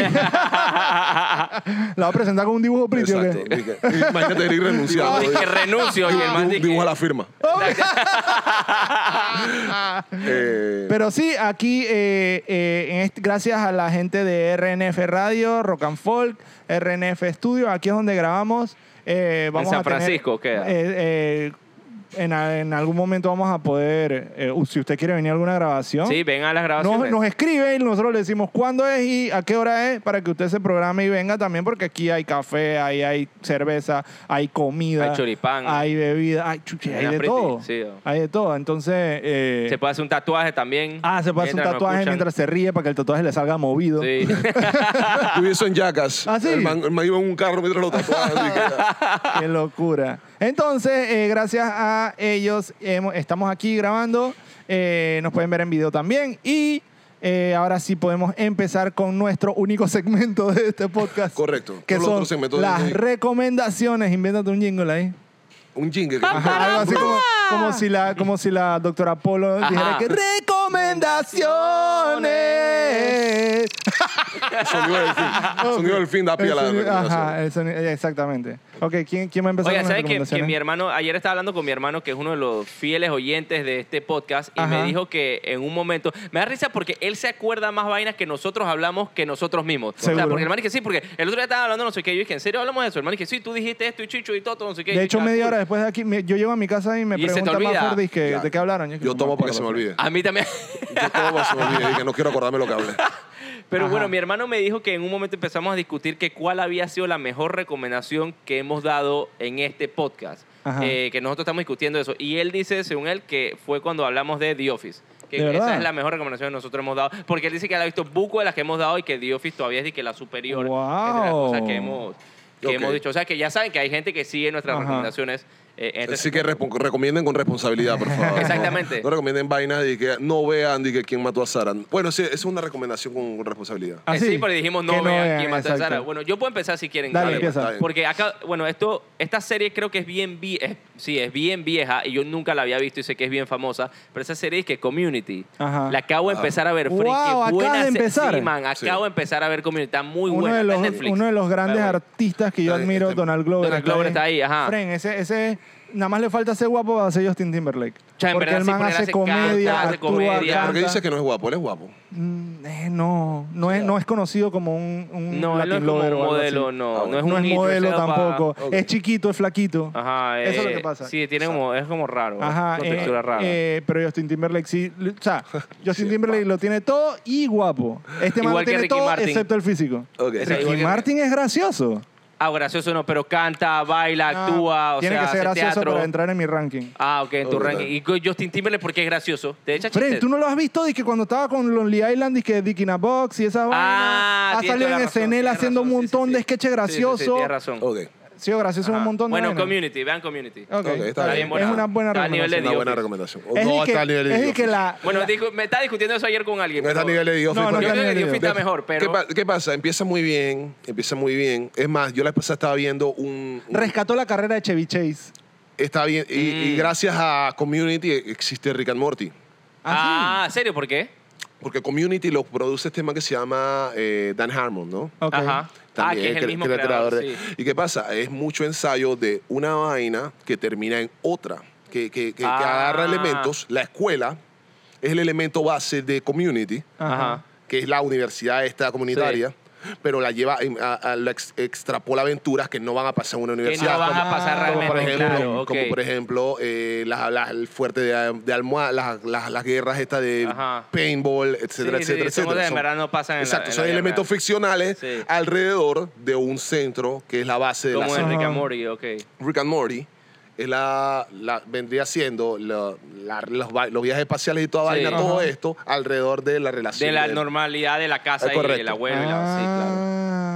A: la va a presentar con un dibujo pretty, ¿o qué?
B: Exacto. Dije, Imagínate Eric renunciando.
C: Dije,
B: Dije,
C: renuncio. Y el man
B: dibu-
C: dije,
B: Dibuja la
A: Ah,
B: firma. Eh,
A: Pero sí, aquí, eh, eh, en este- gracias a la gente de RNF Radio, Rock and Folk, RNF Studio, aquí es donde grabamos. Eh, vamos
C: San
A: a tener-
C: Francisco queda.
A: eh, eh, en, a- en algún momento vamos a poder, eh, uh, si usted quiere venir a alguna grabación,
C: Sí, ven a las
A: nos,
C: grabaciones.
A: nos escribe y nosotros le decimos cuándo es y a qué hora es para que usted se programe y venga también, porque aquí hay café, ahí hay cerveza, hay comida,
C: Hay choripán.
A: hay bebida, hay, chuche, hay
C: Una
A: de
C: pretty,
A: todo.
C: sí, oh.
A: Hay de todo. Entonces. eh,
C: Se puede hacer un tatuaje también.
A: Ah, se puede hacer un
C: mientras nos
A: tatuaje
C: escuchan.
A: mientras se ríe para que el tatuaje le salga movido.
C: Sí.
B: yo vi eso en Jackass.
A: ¿Ah, sí?
B: el, man, el man iba en un carro mientras lo tatuaban. dije, ya.
A: Qué locura. Entonces, eh, gracias a ellos hemos- estamos aquí grabando. Eh, nos pueden ver en video también. Y eh, ahora sí podemos empezar con nuestro único segmento de este podcast.
B: Correcto.
A: Que
B: Todos los
A: son
B: otros segmentos
A: las
B: de-
A: recomendaciones. Invéntate un jingle ahí.
B: Un jingle.
A: Ajá, algo así como, como si la, como si la doctora Polo dijera
C: Ajá.
A: que recomendaciones.
B: Sonido del fin. Sonido del fin da pie a la
A: El sonido-
B: recomendación.
A: Ajá, el sonido- eh, exactamente. Ok, ¿quién, quién va a empezar
C: Oye,
A: con eh? las
C: ¿sabes que, que
A: recomendaciones?
C: mi hermano, ayer estaba hablando con mi hermano, que es uno de los fieles oyentes de este podcast, y
A: Ajá.
C: me dijo que en un momento, me da risa porque él se acuerda más vainas que nosotros hablamos que nosotros mismos. O
A: Seguro.
C: sea, porque el hermano que sí, porque el otro día estaba hablando no sé qué, yo dije, ¿en serio hablamos de eso? El hermano que sí, tú dijiste esto y chicho y todo, no sé qué.
A: de
C: Y
A: hecho,
C: yo,
A: media
C: "Ah,
A: hora
C: cool".
A: después de aquí, me- yo llego a mi casa y me
C: Y se te
A: pregunta
C: olvida.
A: más Fordis que,
B: Claro.
A: de qué hablaron. es que
B: Yo
A: no me
B: tomo porque
A: acuerdo.
B: se me olvide.
C: A mí también.
B: Yo tomo porque se me olvide. Dije, no quiero acordarme lo que hablé.
C: Pero
A: Ajá.
C: bueno, mi hermano me dijo que en un momento empezamos a discutir que cuál había sido la mejor recomendación que hemos dado en este podcast.
A: Ajá.
C: Eh, que nosotros estamos discutiendo eso. Y él dice, según él, que fue cuando hablamos de The Office. Que
A: ¿De verdad?
C: esa es la mejor recomendación que nosotros hemos dado. Porque él dice que él ha visto buco de las que hemos dado y que The Office todavía es de que la superior. que es de las
A: Wow.
C: cosas que hemos, que
B: Ok.
C: hemos dicho. O sea, que ya saben que hay gente que sigue nuestras
A: Ajá.
C: recomendaciones. eh, en este
B: Así que repo- recomienden con responsabilidad, por favor.
C: Exactamente.
B: No, no recomienden vainas de que no vean de que quién mató a Sara. Bueno, sí, es una recomendación con responsabilidad.
A: Ah,
C: Eh, sí,
A: sí.
C: pero dijimos no,
A: Que no
C: vean
A: vean,
C: quién mató a
A: exacto.
C: Sara. Bueno, yo puedo empezar si quieren.
A: Dale,
C: Vale.
A: empieza.
B: está bien.
C: Porque acá, bueno, esto, esta serie creo que es bien, vie- es- sí, es bien vieja y yo nunca la había visto y sé que es bien famosa, pero esa serie es que Community.
A: Ajá.
C: La acabo de
B: Ah.
C: empezar a ver. Frankie,
A: Wow, acabas
C: buena
A: de
C: se-
A: empezar.
C: sí, man,
B: Sí.
C: acabo de empezar a ver Community, está muy
A: uno
C: buena.
A: de
C: está
A: los,
C: en Netflix.
A: uno de los grandes
C: Pero bueno.
A: artistas que yo
B: Está-
A: admiro,
B: está-
A: Donald Glover.
C: Donald Glover está ahí, ajá.
A: Fren, ese, ese, nada más le falta ser guapo para ser Justin Timberlake.
C: O sea, en
A: porque
C: verdad
A: el
C: sí,
A: man
C: porque él
A: hace,
C: hace
A: comedia,
C: canta, hace
A: actúa,
C: comedia.
A: canta.
B: ¿Por qué dices que no es guapo? Él es guapo.
A: Mm, eh, no, no es, no es conocido como un, un
C: No, él no es
A: Latin
C: como
A: Lover
C: un
A: o algo
C: modelo,
A: así.
C: no.
B: Ah,
C: No
B: bueno.
C: es,
A: No
C: un
A: es
C: hito,
A: modelo
C: ese era pa-
A: tampoco.
B: Ok.
A: Es chiquito, es flaquito.
C: Ajá,
A: Eso es lo
C: eh,
A: que pasa.
C: Sí, tiene como, es como raro.
A: Ajá,
C: Ajá.
A: eh,
C: textura rara.
A: eh, pero Justin Timberlake sí, l- o sea, Justin Timberlake lo tiene todo y guapo. Este man
C: Igual
A: lo
C: que
A: tiene
C: Ricky
A: todo
C: Martin.
A: excepto el físico.
B: Ok.
C: Esa-
A: Ricky
C: igual que-
A: Martin es gracioso.
C: Ah, gracioso no, pero canta, baila,
A: No,
C: actúa, o
A: tiene
C: sea,
A: que ser
C: hace
A: gracioso
C: teatro.
A: para entrar en mi ranking.
C: Ah, ok, en tu
B: Ok,
C: ranking.
B: dale.
C: Y con Justin Timberlake, porque es gracioso. ¿Te echa chistes?
A: Fren, ¿tú no lo has visto? Dice que cuando estaba con Lonely Island, dice que Dick in a Box y esa
C: Ah,
A: vaina. Ha
C: tienes
A: salido
C: toda
A: en
C: la razón,
A: SNL
C: tienes
A: haciendo
C: razón,
A: un
C: sí,
A: montón
C: sí,
A: de
C: sí.
A: sketches
C: Sí, sí, sí,
A: graciosos.
C: tienes razón.
B: Ok.
A: Ha sido gracioso en un
C: Ajá.
A: montón de
C: Bueno,
A: vainas.
C: Community, vean Community.
A: Ok,
B: Ok, está
A: está
B: bien,
A: bien.
B: buena.
A: Es una buena
C: Está a nivel de
A: recomendación.
B: Una
C: The
B: buena
C: Office.
B: recomendación.
A: Es
B: no,
A: de que,
B: está al nivel de
A: es
B: The
A: de que
B: Office.
A: la...
C: Bueno, dijo- me estaba discutiendo eso ayer con alguien.
B: No está al
C: pero-
B: nivel de The Office,
A: No, no
B: pero-
C: Yo
A: está
C: creo que
A: nivel
C: The
A: de
C: Office está
A: Office.
C: mejor,
B: ¿Qué,
C: pero...
B: pa- qué pasa? Empieza muy bien, empieza muy bien. Es más, yo la pasada estaba viendo un... un-
A: Rescató la carrera de Chevy Chase.
B: está bien, y, y
C: Mm.
B: gracias a Community existe Rick and Morty.
C: Ah, ¿en serio? ¿Por qué?
B: Porque Community lo produce este man que se llama eh, Dan Harmon, ¿no?
A: Ok.
C: Ajá. ah, que es el
B: cre-
C: mismo
B: cre-
C: creador,
B: creador de-
C: sí.
B: ¿Y qué pasa? Es mucho ensayo de una vaina que termina en otra, que, que- que- que
C: Ah.
B: agarra elementos. La escuela es el elemento base de Community,
C: Ajá.
B: que es la universidad esta comunitaria, pero la lleva en- a, a la ex- extrapola aventuras que no van a pasar en una
C: Que
B: universidad.
C: no van
B: como-
C: a pasar
A: como
C: realmente,
B: por ejemplo,
C: claro. ok.
B: como por ejemplo eh, la- la- el fuerte de, de almohada, las, las- las guerras estas de
C: Ajá.
B: paintball, etcétera, etcétera,
C: Sí, sí, sí, son
B: etcétera.
C: cosas que en verdad no pasan en la-
B: Exacto,
C: en la
B: son
C: vida
B: elementos
C: real.
B: ficcionales
C: Sí.
B: alrededor de un centro que es la base de la
C: Como en
B: serie.
C: Rick
A: Ajá.
C: and Morty, ok.
B: Rick and Morty. Es la, la- vendría siendo la- la- los, va- los viajes espaciales y toda
C: Sí.
B: vaina, todo
A: Ajá.
B: esto alrededor de la relación.
C: De la
B: del-
C: normalidad de la casa
B: Es
C: y
B: correcto.
C: del abuelo. y la- Sí, claro.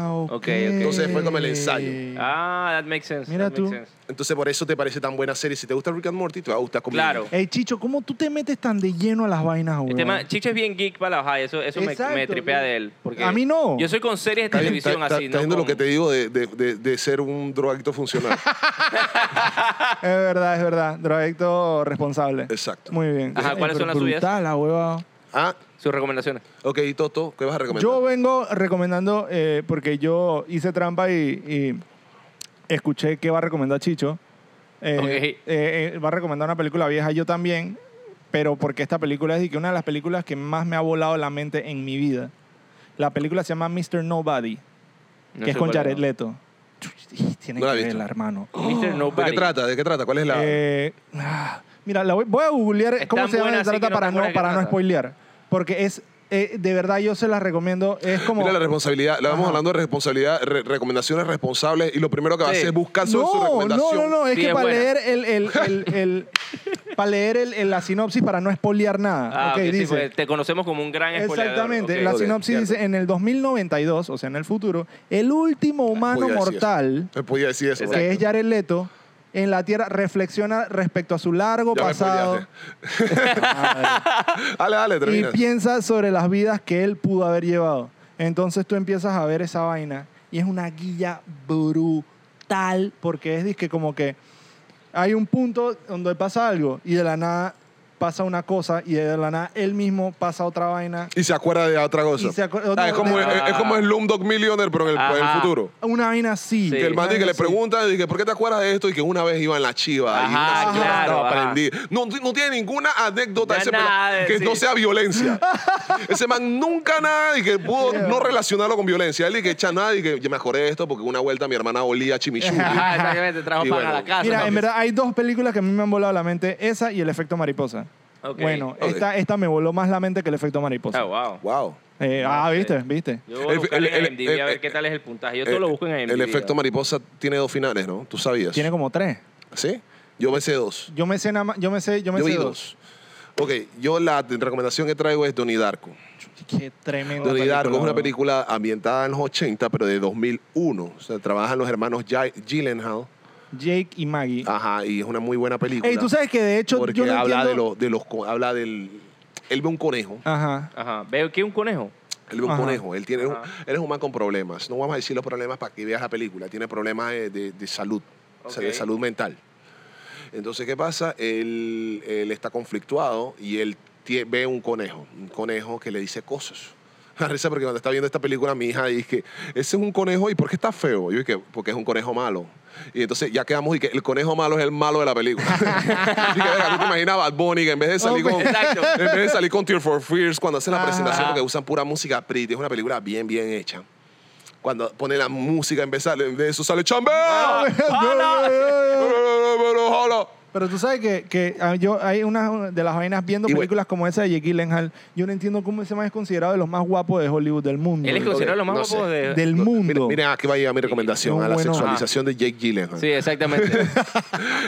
A: Ah, ok.
C: Ok, ok. Entonces
B: fue como el ensayo.
C: Ah, that makes sense.
A: Mira
C: that makes
A: tú.
C: sense.
B: Entonces, por eso te parece tan buena serie. Si te gusta Rick and Morty, te va a gustar Community.
C: Claro.
A: Ey, Chicho, ¿cómo tú te metes tan de lleno a las vainas, güey?
C: El tema, Chicho es bien geek para la bajada, eso, eso me,
A: Exacto.
C: me tripea de él. Porque
A: A mí no.
C: Yo soy con series de
B: Está bien,
C: televisión
B: está- está-
C: así,
B: está
C: ¿no?
B: viendo lo
C: Con-
B: que te digo de, de- de- de ser un drogadicto funcional.
A: Es verdad, es verdad. Drogadicto responsable.
B: Exacto.
A: Muy bien.
C: Ajá,
A: Ey,
C: ¿cuáles
A: pero
C: son las suyas?
A: brutal, la hueva.
B: Ah,
C: Sus recomendaciones.
B: ok, Toto, ¿qué vas a recomendar?
A: Yo vengo recomendando, eh, porque yo hice trampa y, y escuché que va a recomendar Chicho. Eh,
C: Ok.
A: eh, eh, va a recomendar una película vieja, yo también, pero porque esta película es y que una de las películas que más me ha volado la mente en mi vida. La película se llama Mr. Nobody,
C: No
A: que es
C: sé
A: con
C: cuál
A: Jared Leto. Tiene
B: No la he
A: que
B: visto.
A: verla, hermano.
C: Mr.
B: ¿De
C: Nobody.
B: qué trata? ¿De qué trata? ¿Cuál es la...?
A: Eh, ah, mira, la voy, voy a googlear
C: Es
A: cómo
C: tan
A: se llama
C: buena
A: de
C: así que
A: trata
C: no
A: para,
C: tan
A: no,
C: buena que
A: para no
C: trata.
A: spoilear. Porque es, eh, de verdad, yo se las recomiendo. Es como...
B: Mira la responsabilidad. Le vamos hablando de responsabilidad, re- recomendaciones responsables y lo primero que va a
C: Sí.
B: hacer es buscar sobre su
A: No, no, no,
B: recomendación.
A: no, es
C: Sí,
A: que
C: es
A: para
C: buena.
A: leer el, el, el, el- para leer el, el- la sinopsis para no espolear nada.
C: Ah,
A: ok,
C: ok, sí,
A: dice.
C: pues, te conocemos como un gran spoileador.
A: Exactamente,
C: ok.
A: la
B: ok,
A: sinopsis
B: cierto.
A: dice en el 2092, o sea, en el futuro, el último humano
B: Podía Ah, decir
A: mortal,
B: eso. Me podía decir eso.
C: Exacto.
B: ¿no?
A: que es Jared Leto, en la Tierra reflexiona respecto a su largo
B: Ya me
A: pasado
B: Dale, dale,
A: y
B: termina.
A: piensa sobre las vidas que él pudo haber llevado. Entonces tú empiezas a ver esa vaina y es una guía brutal porque es disque como que hay un punto donde pasa algo y de la nada pasa una cosa y de la nada él mismo pasa otra vaina.
B: Y se acuerda de otra cosa.
A: Y se acuer-
B: Ah, es, como,
A: Ah.
B: es, es como Slumdog Millionaire, pero en el, en el
C: Ajá.
B: futuro.
A: Una vaina así.
C: Sí.
B: Que el man
A: Una
B: dice que le
A: vaina así.
B: pregunta, dice, ¿por qué te acuerdas de esto? Y que una vez iba en la chiva y
C: Ajá,
B: una señora
C: claro,
B: estaba
C: ajá.
B: prendida. No, no tiene ninguna anécdota
C: Ya
B: ese pelado
C: nada,
B: que
C: sí.
B: no sea violencia. ese man nunca nada y que pudo no relacionarlo con violencia. Él y que echa nada y que yo me acordé de esto porque una vuelta mi hermana olía chimichurri.
C: Ajá, Ah, exactamente, trajo
B: Y
C: pan a
B: bueno.
C: la casa.
A: Mira, en
C: también.
A: verdad hay dos películas que a mí me han volado la mente, esa y El efecto mariposa.
C: Ok.
A: Bueno,
B: Ok. Oh,
A: Esta, esta me voló más la mente que El efecto mariposa.
C: Ah, wow.
B: wow.
A: Eh, ah, viste, viste.
C: Yo voy a
B: El-
C: buscar
B: el-
C: en
B: el-
C: IMDb a
B: el-
C: ver qué tal es el puntaje. Yo todo lo busco en
B: Eh, el,
C: IMDb.
B: el efecto mariposa tiene dos finales, ¿no? Tú sabías.
A: Tiene como tres.
B: ¿Sí? Yo pensé dos.
A: Yo me sé nada más, yo me sé, yo me
B: Yo
A: sé
B: vi dos. Ok, yo la recomendación que traigo es Donnie Darko.
A: Qué tremendo.
B: Donnie Darko es una película ambientada en los 80, pero de 2001. O sea, trabajan los hermanos Gi- Gyllenhaal.
A: Jake y Maggie.
B: Ajá, y es una muy buena Ah, película.
A: Ey, tú sabes que de hecho
B: Porque
A: yo no
B: habla,
A: entiendo-
B: de los, de los... co- Habla del... Él ve un conejo.
A: Ajá.
C: Ajá. Veo que un conejo.
B: Él ve un
A: Ajá.
B: conejo. Él tiene...
C: Ajá.
B: Él es un man con problemas. No vamos a decir los problemas para que veas la película. Tiene problemas de, de- de salud. O sea, de
C: Ok.
B: salud mental. Entonces, ¿qué pasa? Él, él está conflictuado y él tie- ve un conejo. Un conejo que le dice cosas. La risa porque cuando estaba viendo esta película, mi hija dije, ese es un conejo, ¿y por qué está feo? Yo dije, porque es un conejo malo. Y entonces ya quedamos y que el conejo malo es el malo de la película. y que, verga, tú te imaginas a Bad Bunny que en vez de salir con,
C: Exacto.
B: en vez de salir con Tear for Fears cuando hacen la
A: Ajá.
B: presentación, porque usan pura música pretty, es una película bien, bien hecha. Cuando ponen la música, en vez de en vez de eso sale chambeo. Hola.
A: Pero tú sabes que, que ah, yo hay una de las vainas viendo
B: Y bueno.
A: películas como esa de Jake Gyllenhaal, yo no entiendo cómo ese man es considerado de los más guapos de Hollywood del mundo.
C: Él es considerado lo más
B: no
C: guapo
B: sé.
C: de...
A: del mundo.
B: Miren, miren, aquí va a llegar mi recomendación,
A: No,
B: a la
A: bueno.
B: sexualización de Jake Gyllenhaal.
C: ah. Sí, exactamente.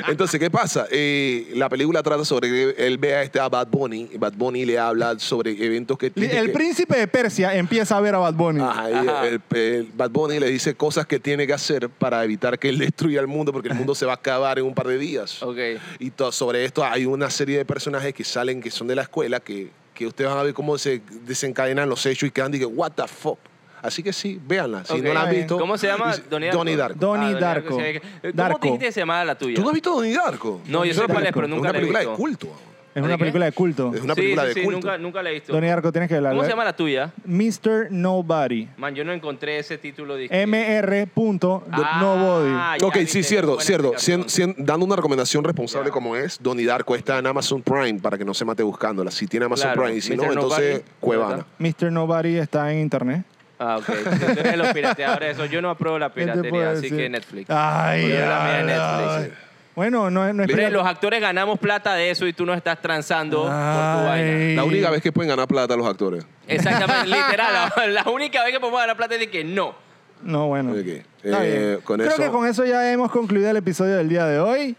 B: Entonces, ¿qué pasa? Eh, la película trata sobre que él ve a este a Bad Bunny, y Bad Bunny le habla sobre eventos que
A: Li-
B: tiene
A: El
B: que- Ah.
A: príncipe de Persia empieza a ver a Bad Bunny.
B: Ajá, y el- el Bad Bunny le dice cosas que tiene que hacer para evitar que él destruya el mundo, porque el mundo se va a acabar en un par de días.
C: ok.
B: Y to- sobre esto hay una serie de personajes que salen, que son de la escuela, que, que ustedes van a ver cómo se desencadenan los hechos y quedan y que, what the fuck. Así que sí, véanla. Si
C: Ok.
B: no la han
A: Está
B: visto.
C: ¿Cómo se llama?
B: es-
C: Donnie Darko.
B: Donnie Darko.
A: Donnie
C: Ah,
A: Darko.
C: sí, hay que- ¿Cómo
A: Darko.
C: te dijiste que se llamaba la tuya?
B: ¿Tú no has visto Donnie Darko?
C: No, yo sé cuál es, pero
B: Es
C: nunca
B: una
C: la he
B: película de
C: visto.
B: culto.
A: es una
C: ¿de qué?
A: película de culto.
B: Es una
C: Sí,
B: película
C: sí,
B: de
C: sí,
B: culto.
C: nunca, nunca la he visto.
A: Donnie Darko, tienes que hablar.
C: ¿Cómo se llama la tuya?
A: Mr. Nobody.
C: Man, yo no encontré ese título. de
A: Mr. punto
C: Ah,
A: Nobody.
C: ya,
B: ok,
C: viste,
B: sí, cierto,
C: buena
B: cierto.
C: explicación.
B: Sien- sien- dando una recomendación responsable
C: Ya.
B: como es, Donnie Darko está en Amazon Prime para que no se mate buscándola. Si tiene Amazon
C: Claro,
B: Prime y si no,
C: Mr.
B: entonces
C: Nobody.
B: Cuevana.
A: Mr. Nobody está en internet.
C: Ah, ok. Tú eres los pirateadores. Eso yo no apruebo la
A: ¿Qué te
B: Este
C: piratería,
A: puedo
C: así
A: decir? Ah,
C: que Netflix.
A: Ay,
C: Porque yo la vi en
A: ay.
C: Netflix.
A: Bueno, no, es- no es
C: Pero
A: pirata.
C: los actores ganamos plata de eso y tú no estás transando por tu vaina.
A: Ay.
B: La única vez que pueden ganar plata los actores.
C: Exactamente, literal. La, la única vez que podemos ganar plata es de que no.
A: No, bueno.
B: Ok,
A: Está
B: eh,
A: bien.
B: con
A: Creo
B: eso-
A: que con eso ya hemos concluido el episodio del día de hoy.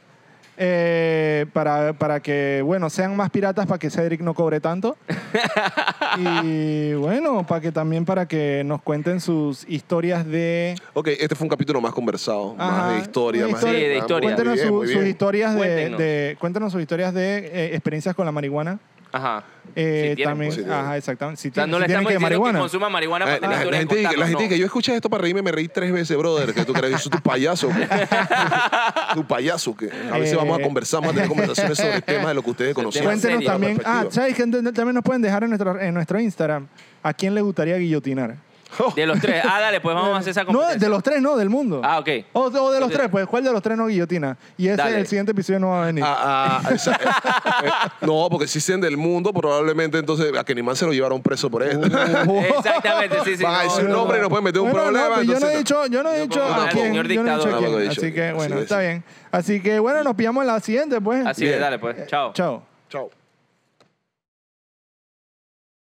A: Eh, para, para que, bueno, sean más piratas para que Cedric no cobre tanto. y bueno, para que también para que nos cuenten sus historias de...
B: Ok, este fue un capítulo más conversado,
A: Ajá,
B: más de historia.
A: una
B: Más
C: historia. Sí, de
B: ah,
C: historia.
B: muy bien,
A: Cuéntenos su-
B: muy bien.
A: sus historias de,
C: Cuéntenos.
A: de- Cuéntenos sus historias de eh, experiencias con la marihuana.
C: Ajá.
A: Eh,
C: Si tienen,
A: también,
C: pues.
B: sí tienen.
A: ajá, exactamente. Si,
C: O sea,
A: tienen-
C: no le
A: si tienen
C: estamos
A: que de
C: diciendo que
A: marihuana.
C: consuman marihuana
B: Ah,
C: para
B: La,
C: tener
B: la
C: historias
B: gente, dice- la
C: contarnos,
B: gente
C: no.
B: dice, yo escuché esto para reírme, me reí tres veces, brother. Que tú crees, yo soy tu payaso. güey. tu payaso. Que a veces
A: Eh.
B: vamos a conversar, vamos a tener conversaciones sobre temas de lo que ustedes
C: tema
B: conocían.
C: Cuéntenos
A: Cuéntenos
C: serio.
A: también. Ah,
B: Perspectiva.
A: ¿sabes? qué? También nos pueden dejar en nuestro, en nuestro Instagram a quién le gustaría guillotinar.
C: De los tres. Ah, dale, pues vamos a hacer esa
A: No,
C: competencia.
A: de los tres, no, del mundo.
C: Ah, ok.
A: O, o de los
C: Ok.
A: tres, pues, ¿cuál de los tres no guillotina? Y ese
C: Dale.
A: el siguiente episodio no va a venir.
B: Ah, ah, esa- eh, eh, no, porque si sean del mundo, probablemente entonces a Kenimán se lo llevaron preso por eso.
C: Exactamente, sí, sí.
B: Van a
C: no,
B: decir
C: no,
B: un nombre y nos pueden meter un
A: Bueno, no,
B: problema.
A: pues yo no he
B: entonces,
A: dicho, yo no he
C: Yo
A: dicho
C: como
A: a
C: el
A: quién.
C: señor
A: yo no he dicho a
C: dictador.
A: quién.
B: Tampoco he dicho
A: Así
B: quién,
A: que,
B: así
A: bueno,
B: de
A: está
B: eso.
A: bien. Así que, bueno, nos pillamos en la siguiente, pues.
C: Así es,
B: Bien.
C: dale, pues. Chao.
A: Chao.
B: Chao.